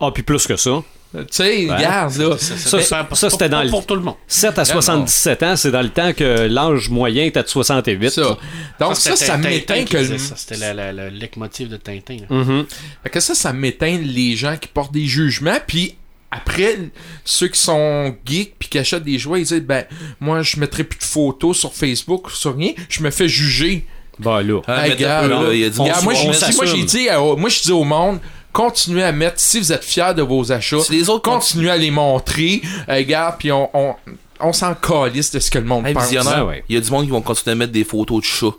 Ah, puis plus que ça.
Tu sais, regarde, là.
Ça,
Mais-
ça, ça, c'était
Pas-
dans
pas
le.
pour tout le monde.
7 à 77 ans, c'est dans le temps que l'âge moyen était de 68.
Ça. Donc
c'était
ça, ça
Tintin
m'éteint
qui
que
disait
le-
ça. C'était la- la- la- le leitmotiv de Tintin. là.
Mm.
Fait que ça, ça m'éteint les gens qui portent des jugements, puis après, ceux qui sont geeks puis qui achètent des jouets, ils disent, ben, moi, je mettrai plus de photos sur Facebook ou sur rien, je me fais juger.
Ben là.
Ah,
Hey,
mais
gars,
t'as peu,
là,
là, il y a du
on
monde
Regarde,
s-
qui
moi,
vont
j'ai
on
mettre-
dit, moi,
s'assume.
j'ai dit, à- moi, je dis au monde, continuez à mettre, si vous êtes fiers de vos achats,
Si les autres
continuez à les montrer, Euh, regarde, puis on, on, on s'en calisse de ce que le monde
Hey,
pense.
visionnaire,
Ah ouais.
il y a du monde qui vont continuer à mettre des photos de chats.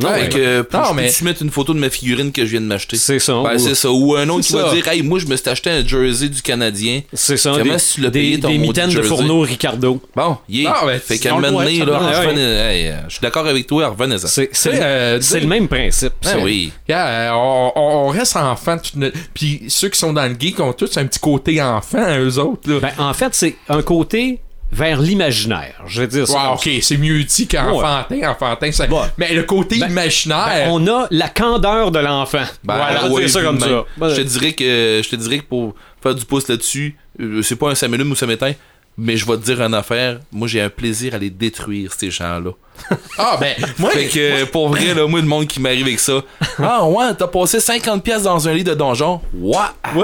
Non,
Fait
ouais.
Ah, que,
Non,
non,
mais-
mais... tu mettre une photo de ma figurine que je viens de m'acheter?
C'est ça,
Ben,
ou-
c'est ça. Ou un autre qui
C'est
va
ça.
dire, hey, moi, je me suis acheté un jersey du Canadien.
C'est ça,
Comment
des,
est-ce que tu l'as
des,
payé, ton
des
maudit
mitaines de
jersey?
fourneau Ricardo.
Bon, yeah.
Ah, ben,
fait
tu-
qu'à
on
un
le
moment
doit,
donné,
ça
là,
doit, ouais.
revenez- hey, euh, je suis d'accord avec toi, revenez-en.
C'est c'est
Tu sais, euh,
le, c'est le même principe.
Ben
ça.
oui.
Yeah, euh, on, on- on reste enfant. toute notre- Puis ceux qui sont dans le geek ont tous un petit côté enfant, hein, eux autres. Là.
Ben, en fait, c'est un côté vers l'imaginaire. Je vais dire ça.
Ouais,
comme
ok, c'est mieux dit qu'enfantin. Enfantin, c'est-
Bon.
Mais le côté
Ben,
imaginaire.
Ben, on a la candeur de l'enfant.
Ben,
voilà, on va
ouais,
dire ça comme
même.
ça. Ben,
Je te dirais que euh, je te dirais que pour faire du pouce là-dessus, euh, c'est pas un ça m'allume ou ça m'éteint, mais je vais te dire une affaire. Moi, j'ai un plaisir à les détruire ces gens-là.
Ah, ben, moi,
[laughs] fait que euh, pour vrai, là, moi, le monde qui m'arrive avec ça. [laughs] Ah ouais, t'as passé 50 pièces dans un lit de donjon. What? [laughs]
ouais.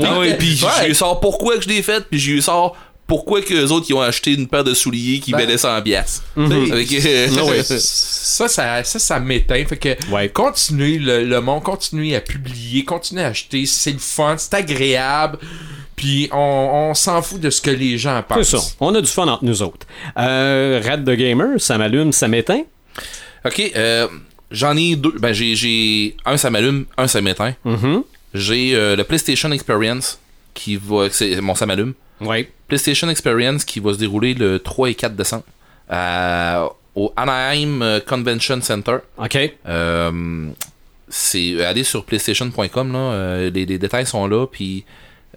Ouais, ouais, puis
Ouais.
je lui sors pourquoi que je l'ai fait, puis je lui sors pourquoi que les autres ils ont acheté une paire de souliers qui
Ben.
valait 100 pièces. Fait que,
Ça,
[laughs] euh,
ça, ça, ça, ça m'éteint. Fait que
Ouais.
continuez le, le monde, continuez à publier, continuez à acheter. C'est le fun, c'est agréable. Puis on, on s'en fout de ce que les gens
c'est
pensent.
ça. On a du fun entre nous autres. Euh, Red de Gamer, ça m'allume, ça m'éteint.
OK, euh, j'en ai deux. Ben, j'ai, j'ai- un, ça m'allume, un, ça m'éteint. J'ai euh, le PlayStation Experience, qui va. C'est, bon, ça m'allume.
Oui.
PlayStation Experience qui va se dérouler le 3 et 4 décembre à- au Anaheim euh, Convention Center.
OK.
Euh, c'est aller sur PlayStation.com, là, euh, les, les détails sont là. Puis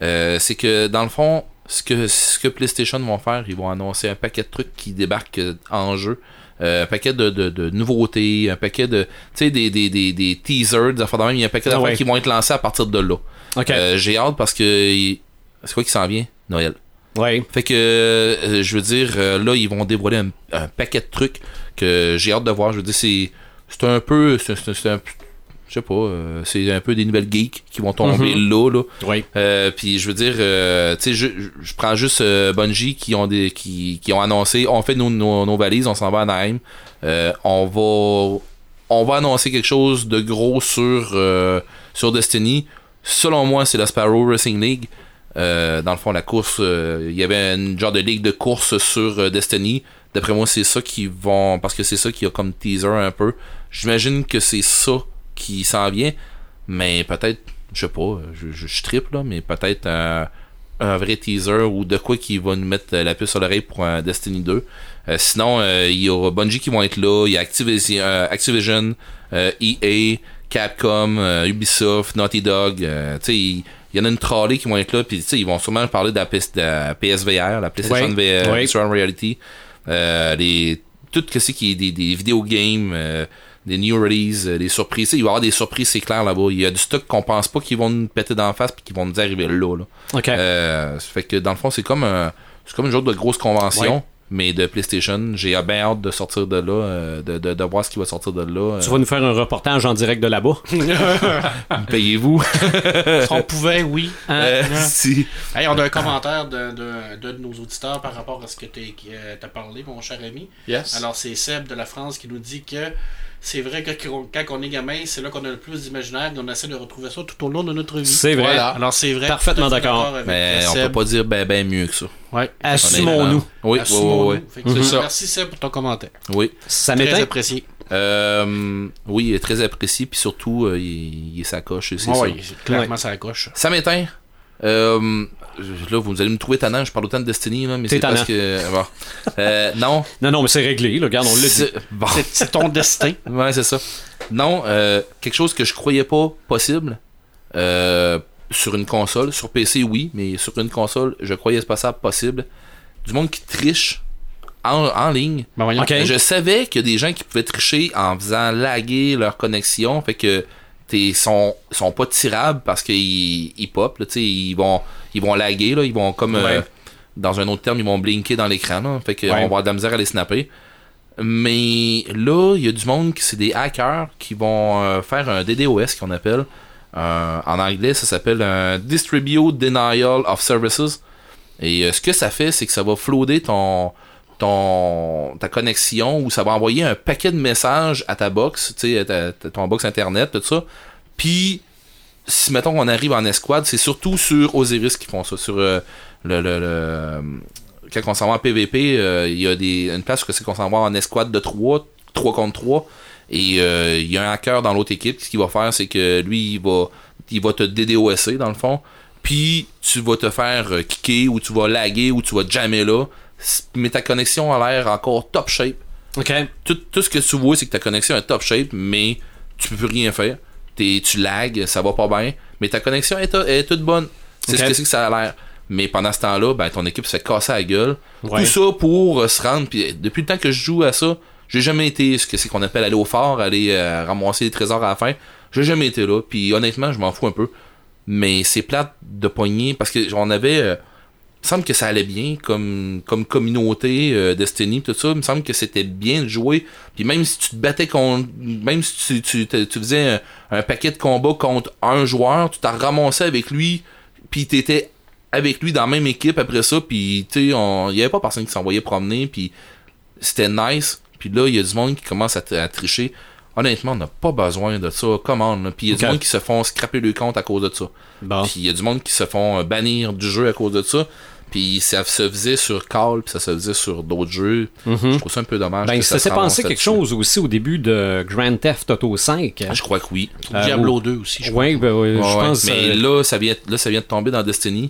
euh, c'est que dans le fond, ce que, ce que PlayStation vont faire, ils vont annoncer un paquet de trucs qui débarquent euh, en jeu. Euh, un paquet de, de- de nouveautés, un paquet de. Tu sais, des, des, des, des teasers, des affaires de même. Il y a un paquet
Ah
d'affaires
ouais.
qui vont être lancées à partir de là.
OK.
Euh, J'ai hâte parce que. il- C'est quoi qui s'en vient Noël.
oui.
Fait que, euh, je veux dire, euh, là, ils vont dévoiler un, un paquet de trucs que j'ai hâte de voir. Je veux dire, c'est, c'est un peu. C'est, c'est- c'est un, je sais pas, euh, c'est un peu des nouvelles geeks qui vont tomber là, là.
Oui.
Euh, puis je veux dire, euh, tu sais, je, je- je prends juste euh, Bungie qui ont des, qui, qui ont annoncé, on fait nos, nos, nos valises, on s'en va à Naïm. on va, on va annoncer quelque chose de gros sur euh, sur Destiny. Selon moi, c'est la Sparrow Racing League. Euh, dans le fond, la course, euh, il y avait une genre de ligue de course sur euh, Destiny. D'après moi, c'est ça qui vont, parce que c'est ça qui a comme teaser un peu. J'imagine que c'est ça qui s'en vient. Mais peut-être, je sais pas, je, je, je trippe là, mais peut-être euh, un, un vrai teaser ou de quoi qui va nous mettre euh, la puce à l'oreille pour un Destiny 2. Euh, sinon, euh, il y aura Bungie qui vont être là, il y a Activision, euh, Activision, euh, EA, Capcom, euh, Ubisoft, Naughty Dog, euh, tu sais, il il y en a une trolley qui vont être là, puis tu sais, ils vont sûrement parler de la, PS- de la PSVR, la PlayStation
Ouais,
VR,
ouais.
Virtual Reality, euh, les, tout ce que c'est qui est des, des vidéo games, euh, des new releases, euh, des surprises. Tu sais, Il va y avoir des surprises, c'est clair là-bas. Il y a du stock qu'on pense pas qu'ils vont nous péter d'en face puis qu'ils vont nous arriver là. là.
OK.
Euh, ça fait que dans le fond, c'est comme un, c'est comme une genre de grosse convention.
Ouais.
Mais de PlayStation, j'ai bien hâte de sortir de là, euh, de, de, de voir ce qui va sortir de là. euh,
tu vas nous faire un reportage en direct de là-bas.
Payez-vous.
Si on pouvait, oui.
Euh, [laughs] si.
Hey, on a un commentaire d'un de, d'un de nos auditeurs par rapport à ce que tu as euh, parlé, mon cher ami.
Yes.
Alors, c'est Seb de la France qui nous dit que c'est vrai que quand quand on est gamin, c'est là qu'on a le plus d'imaginaire et on essaie de retrouver ça tout au long de notre vie.
C'est vrai.
Voilà. Alors c'est vrai.
Parfaitement
Tout à fait
d'accord.
avec euh,
Mais on
Seb.
peut pas dire ben, ben mieux que ça.
Ouais.
Assumons-nous.
Oui, oui,
Assumons-nous.
oui. Mhm. Ah.
Fait que
ça.
Merci Seb pour ton commentaire.
Oui,
Ça
Très
m'éteint.
apprécié.
Euh, oui, il est très apprécié, puis surtout, euh, il, il est sacoche, c'est ça.
Oui, clairement ça accroche.
Ça m'éteint. Euh, là, vous allez me trouver tannant, je parle autant de Destiny, là, mais
T'es
c'est
tannant.
parce que. bon. Euh, non.
Non, non, mais c'est réglé, là. Regarde, on l'a dit.
c'est- Bon.
C'est- C'est ton destin.
Ouais, c'est ça. Non, euh, quelque chose que je croyais pas possible euh, sur une console. Sur PC, oui, mais sur une console, je croyais pas ça possible. Du monde qui triche en, en ligne.
Ben voyons.
Ok.
Je savais qu'il y a des gens qui pouvaient tricher en faisant laguer leur connexion, fait que t'es sont sont pas tirables parce qu'ils ils pop, là, tu sais, ils vont ils vont laguer là, ils vont comme euh,
Ouais.
dans un autre terme, ils vont blinker dans l'écran, là, fait que on
Ouais.
va avoir de la misère à les snapper. Mais là, il y a du monde qui c'est des hackers qui vont euh, faire un DDoS qu'on appelle euh, en anglais, ça s'appelle un Distribute Denial of Services. Et euh, ce que ça fait, c'est que ça va floader ton, ton, ta connexion ou ça va envoyer un paquet de messages à ta box, tu sais, à ta- ta- ton box internet, tout ça. Puis, si mettons qu'on arrive en escouade, c'est surtout sur Osiris qui font ça, sur euh, le, le- euh, le- quand on s'en va en PVP, euh, il y a des, une place où c'est qu'on s'en va en escouade de 3, 3 contre 3. Et euh, il y a un hacker dans l'autre équipe, ce qu'il va faire, c'est que lui, il va, il va te DDoSer dans le fond. Puis tu vas te faire euh, kicker ou tu vas laguer ou tu vas jammer là. S- Mais ta connexion a l'air encore top shape
OK.
tout, tout ce que tu vois, c'est que ta connexion est top shape, mais tu peux plus rien faire. T'es- tu lags, ça va pas bien, mais ta connexion est, to- est toute bonne. C'est
Ok.
ce que c'est que ça a l'air. Mais pendant ce temps-là, ben, ton équipe se fait casser la gueule.
Ouais.
Tout ça pour euh, se rendre. Puis, depuis le temps que je joue à ça, j'ai jamais été ce que c'est qu'on appelle aller au fort, aller euh, ramasser des trésors à la fin. J'ai jamais été là. Puis honnêtement, je m'en fous un peu. Mais c'est plate de poigner parce que j'en avais. euh, il me semble que ça allait bien comme, comme communauté euh, Destiny tout ça. Il me semble que c'était bien de jouer. Puis même si tu te battais contre. Même si tu, tu, te- tu faisais un, un paquet de combats contre un joueur, tu t'en ramassais avec lui. Puis t'étais avec lui dans la même équipe après ça. Puis tu sais, on- il n'y avait pas personne qui s'envoyait promener. Puis c'était nice. Puis là, il y a du monde qui commence à, t- à tricher. Honnêtement, on n'a pas besoin de ça. Comment? Puis il y a
Ok.
du monde qui se font scraper le compte à cause de ça.
Bon.
Puis il y a du monde qui se font euh, bannir du jeu à cause de ça. Puis ça se faisait sur Call, puis ça se faisait sur d'autres jeux. Je trouve ça un peu dommage.
Ben,
que
ça
se
s'est
ramasse
passé quelque
là-dessus.
chose aussi au début de Grand Theft Auto 5.
Ah, Je crois que oui.
Euh,
Diablo 2 aussi. je
Oui, ben, ouais, je
Ouais, ouais.
pense.
Mais
euh,
là, ça vient, là, ça vient de tomber dans Destiny.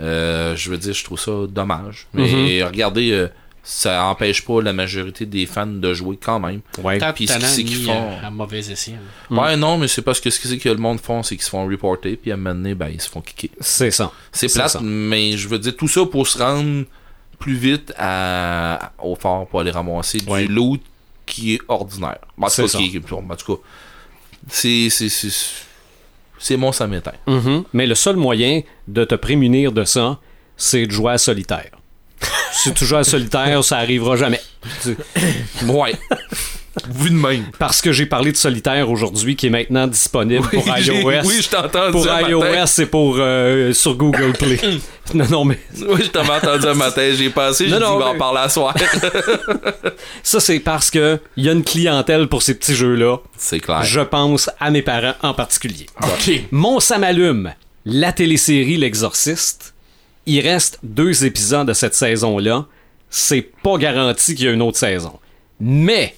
Euh, je veux dire, je trouve ça dommage. Mais
Mhm.
regardez, euh, ça empêche pas la majorité des fans de jouer quand même.
euh, ouais.
Tant
puis
de
ce
talent
qu'ils- qu'ils
mis,
font-
euh, à mauvais escient. hein.
Ouais, non, mais c'est parce que ce que c'est que le monde font, c'est qu'ils se font reporter, puis à un moment donné, ben, ils se font kicker.
C'est ça.
C'est
C'est
plate,
ça.
mais je veux dire, tout ça pour se rendre plus vite à, au fort pour aller ramasser
Ouais.
du loot qui est ordinaire. En tout
C'est
cas,
ça.
qui est- en tout cas, c'est, c'est, c'est, c'est mon ça m'éteint.
Mhm. Mais le seul moyen de te prémunir de ça, c'est de jouer à
[laughs]
solitaire. si tu joues à solitaire, ça arrivera jamais. Tu- Mm.
Ouais.
[laughs]
Vu de même.
Parce que j'ai parlé de solitaire aujourd'hui, qui est maintenant disponible pour
J'ai-
iOS.
Oui, je t'ai entendu
pour
un matin.
iOS et pour euh, sur Google
[laughs]
Play. non, non, mais
Oui, je t'avais entendu un matin. J'ai passé, j'ai
Non,
dit,
non,
il va en
mais-
parler
[laughs]
à soir.
ça c'est parce que il y a une clientèle pour ces petits jeux-là.
c'est clair.
Je pense à mes parents en particulier.
Ok.
Mon Samalume, la télésérie L'Exorciste. Il reste deux épisodes de cette saison-là. C'est pas garanti qu'il y a une autre saison. Mais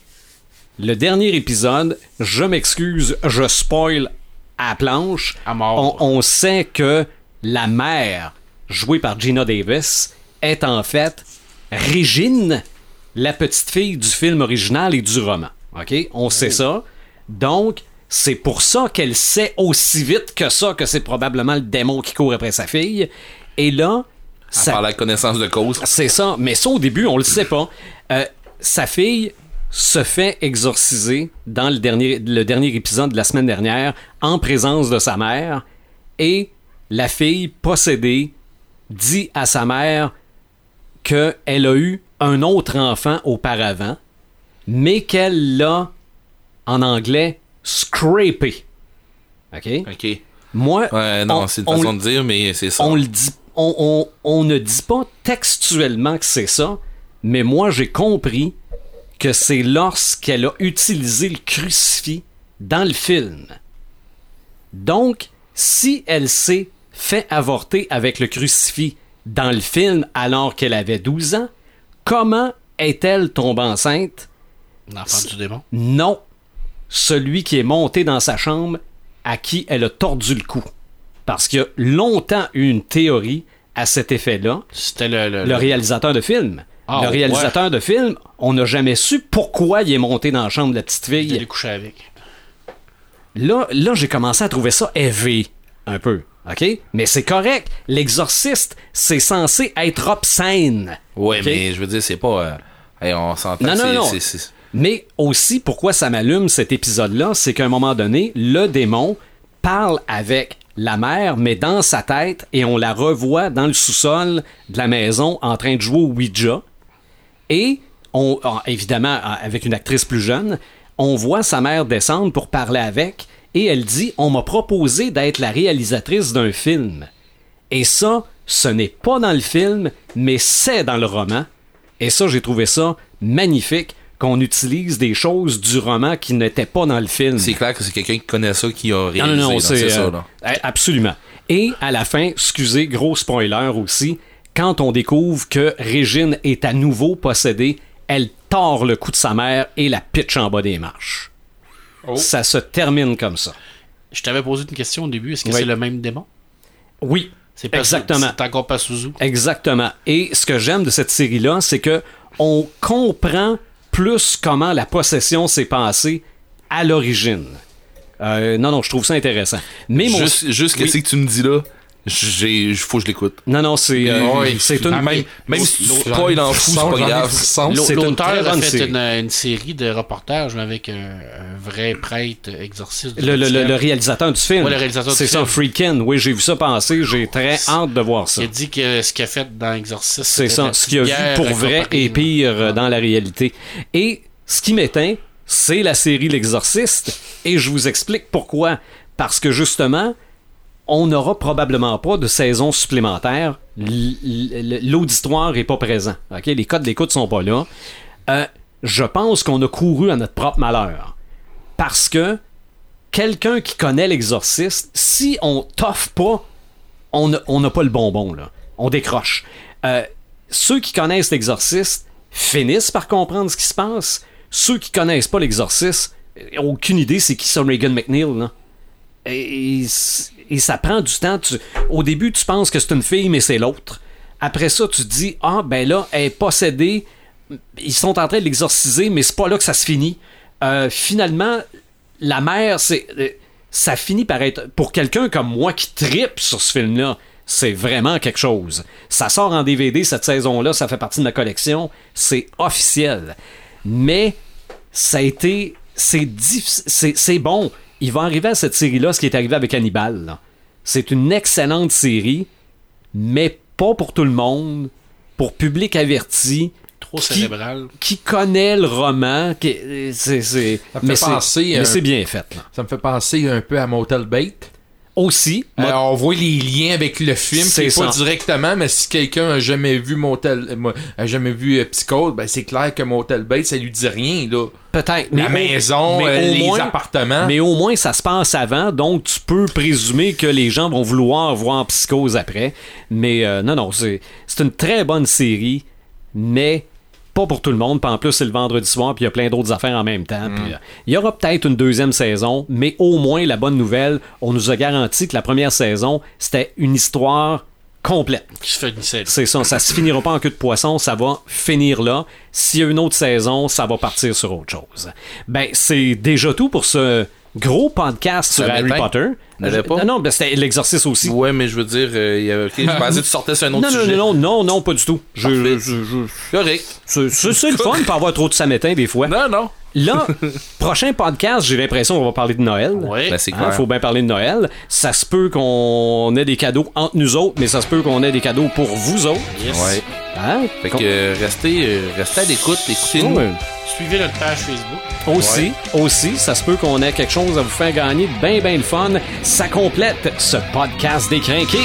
le dernier épisode, je m'excuse, je spoil à la planche.
À mort.
On, on sait que la mère, jouée par Gina Davis, est en fait Régine, la petite fille du film original et du roman. OK? On
Oh.
sait ça. Donc, c'est pour ça qu'elle sait aussi vite que ça que c'est probablement le démon qui court après sa fille. Et là, ça
Par la connaissance de cause.
c'est ça, mais ça au début, on le sait pas. Euh, sa fille se fait exorciser dans le dernier, le dernier épisode de la semaine dernière en présence de sa mère et la fille possédée dit à sa mère qu'elle a eu un autre enfant auparavant, mais qu'elle l'a, en anglais, scrapé. OK?
Ok.
Moi,
Ouais, non,
on-
c'est une
on-
façon de dire, mais c'est ça.
on le dit, on, on- on ne dit pas textuellement que c'est ça, mais moi j'ai compris que c'est lorsqu'elle a utilisé le crucifix dans le film. Donc, si elle s'est fait avorter avec le crucifix dans le film alors qu'elle avait 12 ans, comment est-elle tombée enceinte?
L'enfant du démon.
Non. Celui qui est monté dans sa chambre à qui elle a tordu le cou. Parce qu'il y a longtemps eu une théorie à cet effet-là.
C'était le. le-
Le
le-
réalisateur de film.
Ah,
le réalisateur de film, on n'a jamais su pourquoi il est monté dans la chambre de la petite
il
fille.
allait coucher avec.
Là, là j'ai commencé à trouver ça élevé un peu. OK? Mais c'est correct. L'exorciste, c'est censé être obscène.
Ouais,
Ok?
mais je veux dire, c'est pas. euh, hey, on s'entend.
Non,
que
non,
c'est-
non.
c'est- c'est-
Mais aussi, pourquoi ça m'allume cet épisode-là, c'est qu'à un moment donné, le démon parle avec la mère, mais dans sa tête, et on la revoit dans le sous-sol de la maison en train de jouer au Ouija. Et, on, ah, évidemment, ah, avec une actrice plus jeune, on voit sa mère descendre pour parler avec, et elle dit On m'a proposé d'être la réalisatrice d'un film. Et ça, ce n'est pas dans le film, mais c'est dans le roman. Et ça, j'ai trouvé ça magnifique qu'on utilise des choses du roman qui n'étaient pas dans le film.
C'est clair que c'est quelqu'un qui connaît ça qui a réalisé.
Hmm. Non, non, non,
là,
c'est
c'est ça,
euh,
là.
euh, Absolument. Et à la fin, excusez, gros spoiler aussi, quand on découvre que Régine est à nouveau possédée, elle tord le cou de sa mère et la pitch en bas des marches. Ça se termine comme ça.
Je t'avais posé une question au début. Est-ce que
Oui.
c'est le même démon
Oui,
C'est pas-
exactement.
C'est encore pas Suzu.
Exactement. Et ce que j'aime de cette série-là, c'est que on comprend plus comment la possession s'est passée à l'origine. Euh, non, non, je trouve ça intéressant. Mais mon...
Juste, juste
Oui.
qu'est-ce que tu me dis là? J'ai, faut que je l'écoute.
Non, non, c'est euh,
Oui.
c'est une...
Ah, même-
Même si tu spoil en fou, c'est
Son,
pas
j'en ai
grave.
du son.
L'autre- C'est une
L'auteur
très
a
bonne
fait
série.
Une, une série de reportages avec un, un vrai prêtre exorciste. du
Le, le- le- le
XXe.
réalisateur du film.
Ouais, le réalisateur du
c'est ça,
film.
Freakin. Oui, j'ai vu ça passer. J'ai très hâte de voir ça.
Il a dit que ce qu'il a fait dans l'exorciste.
C'est
c'était
ça,
la
ce qu'il a vu
pierre
pour vrai
comparée,
et pire euh, dans la réalité. Et ce qui m'éteint, c'est la série L'Exorciste, et je vous explique pourquoi. Parce que justement, on n'aura probablement pas de saison supplémentaire. L- l- L'auditoire n'est pas présent. ok Les codes d'écoute sont pas là. Euh, je pense qu'on a couru à notre propre malheur. Parce que quelqu'un qui connaît l'exorciste, si on t'offre pas, on n'a- on n'a pas le bonbon, là. On décroche. Euh, ceux qui connaissent l'exorciste finissent par comprendre ce qui se passe. Ceux qui connaissent pas l'exorciste, euh, aucune idée c'est qui ça Reagan McNeil, là. Et, et c- et ça prend du temps. Tu- au début, tu penses que c'est une fille, mais c'est l'autre. Après ça, tu te dis Ah, ben là, elle est possédée. Ils sont en train de l'exorciser, mais c'est pas là que ça se finit. Euh, finalement, la mère, c'est. euh, ça finit par être. Pour quelqu'un comme moi qui tripe sur ce film-là, c'est vraiment quelque chose. Ça sort en DVD cette saison-là, ça fait partie de ma collection. C'est officiel. Mais ça a été. C'est difficile. C'est, c'est bon. Il va arriver à cette série-là ce qui est arrivé avec Hannibal. là. C'est une excellente série, mais pas pour tout le monde, pour public averti.
Trop
qui-
cérébral.
Qui connaît le roman. qui- euh, c'est, c'est-
Ça me fait
mais, c'est,
penser,
mais
euh,
c'est bien fait. là.
Ça me fait penser un peu à Motel Bait.
Aussi,
Euh,
moi,
on voit les liens avec le film,
C'est
c'est pas
ça.
directement, mais si quelqu'un a jamais vu Motel, euh, moi, a jamais vu euh, Psychose, ben c'est clair que Motel Bay, ça lui dit rien là.
peut-être.
La
mais au-
maison,
mais
euh,
au
les
moins-
appartements.
Mais au moins, ça se passe avant, donc tu peux présumer que les gens vont vouloir voir en psychose après. Mais euh, non, non, c'est c'est une très bonne série, mais pas pour tout le monde. Puis en plus, c'est le vendredi soir, puis il y a plein d'autres affaires en même
Mm.
temps. Puis, euh, il y aura peut-être une deuxième saison, mais au moins, la bonne nouvelle, on nous a garanti que la première saison, c'était une histoire complète.
Qui se fait une selle.
C'est ça, ça se finira pas en queue de poisson, ça va finir là. S'il y a une autre saison, ça va partir sur autre chose. Ben, c'est déjà tout pour ce gros podcast sur
Ça
Harry
m'éteint.
Potter.
N'avait pas?
Non, non, ben, c'était l'exorcisme aussi.
Ouais, mais je veux dire, euh, il y avait- ok, je pensais que tu sortais sur un
Non,
autre
non,
sujet.
non, non, non, non, pas du tout. Je-
Parfait.
je- je-
Correct.
c'est- c'est c'est le fun pour avoir trop de samétain des fois.
Non, non.
Là, prochain podcast, j'ai l'impression qu'on va parler de Noël.
Ouais.
Ben, c'est
Il
clair.
Ah, faut bien parler de Noël. Ça se peut qu'on ait des cadeaux entre nous autres, mais ça se peut qu'on ait des cadeaux pour vous autres.
Yes.
Ouais.
Hein?
Fait que euh, restez, euh, restez à l'écoute, écoutez-nous.
Ouais.
Suivez notre page Facebook.
Aussi, aussi, ça se peut qu'on ait quelque chose à vous faire gagner de bien, bien le fun. Ça complète ce podcast décrinqué.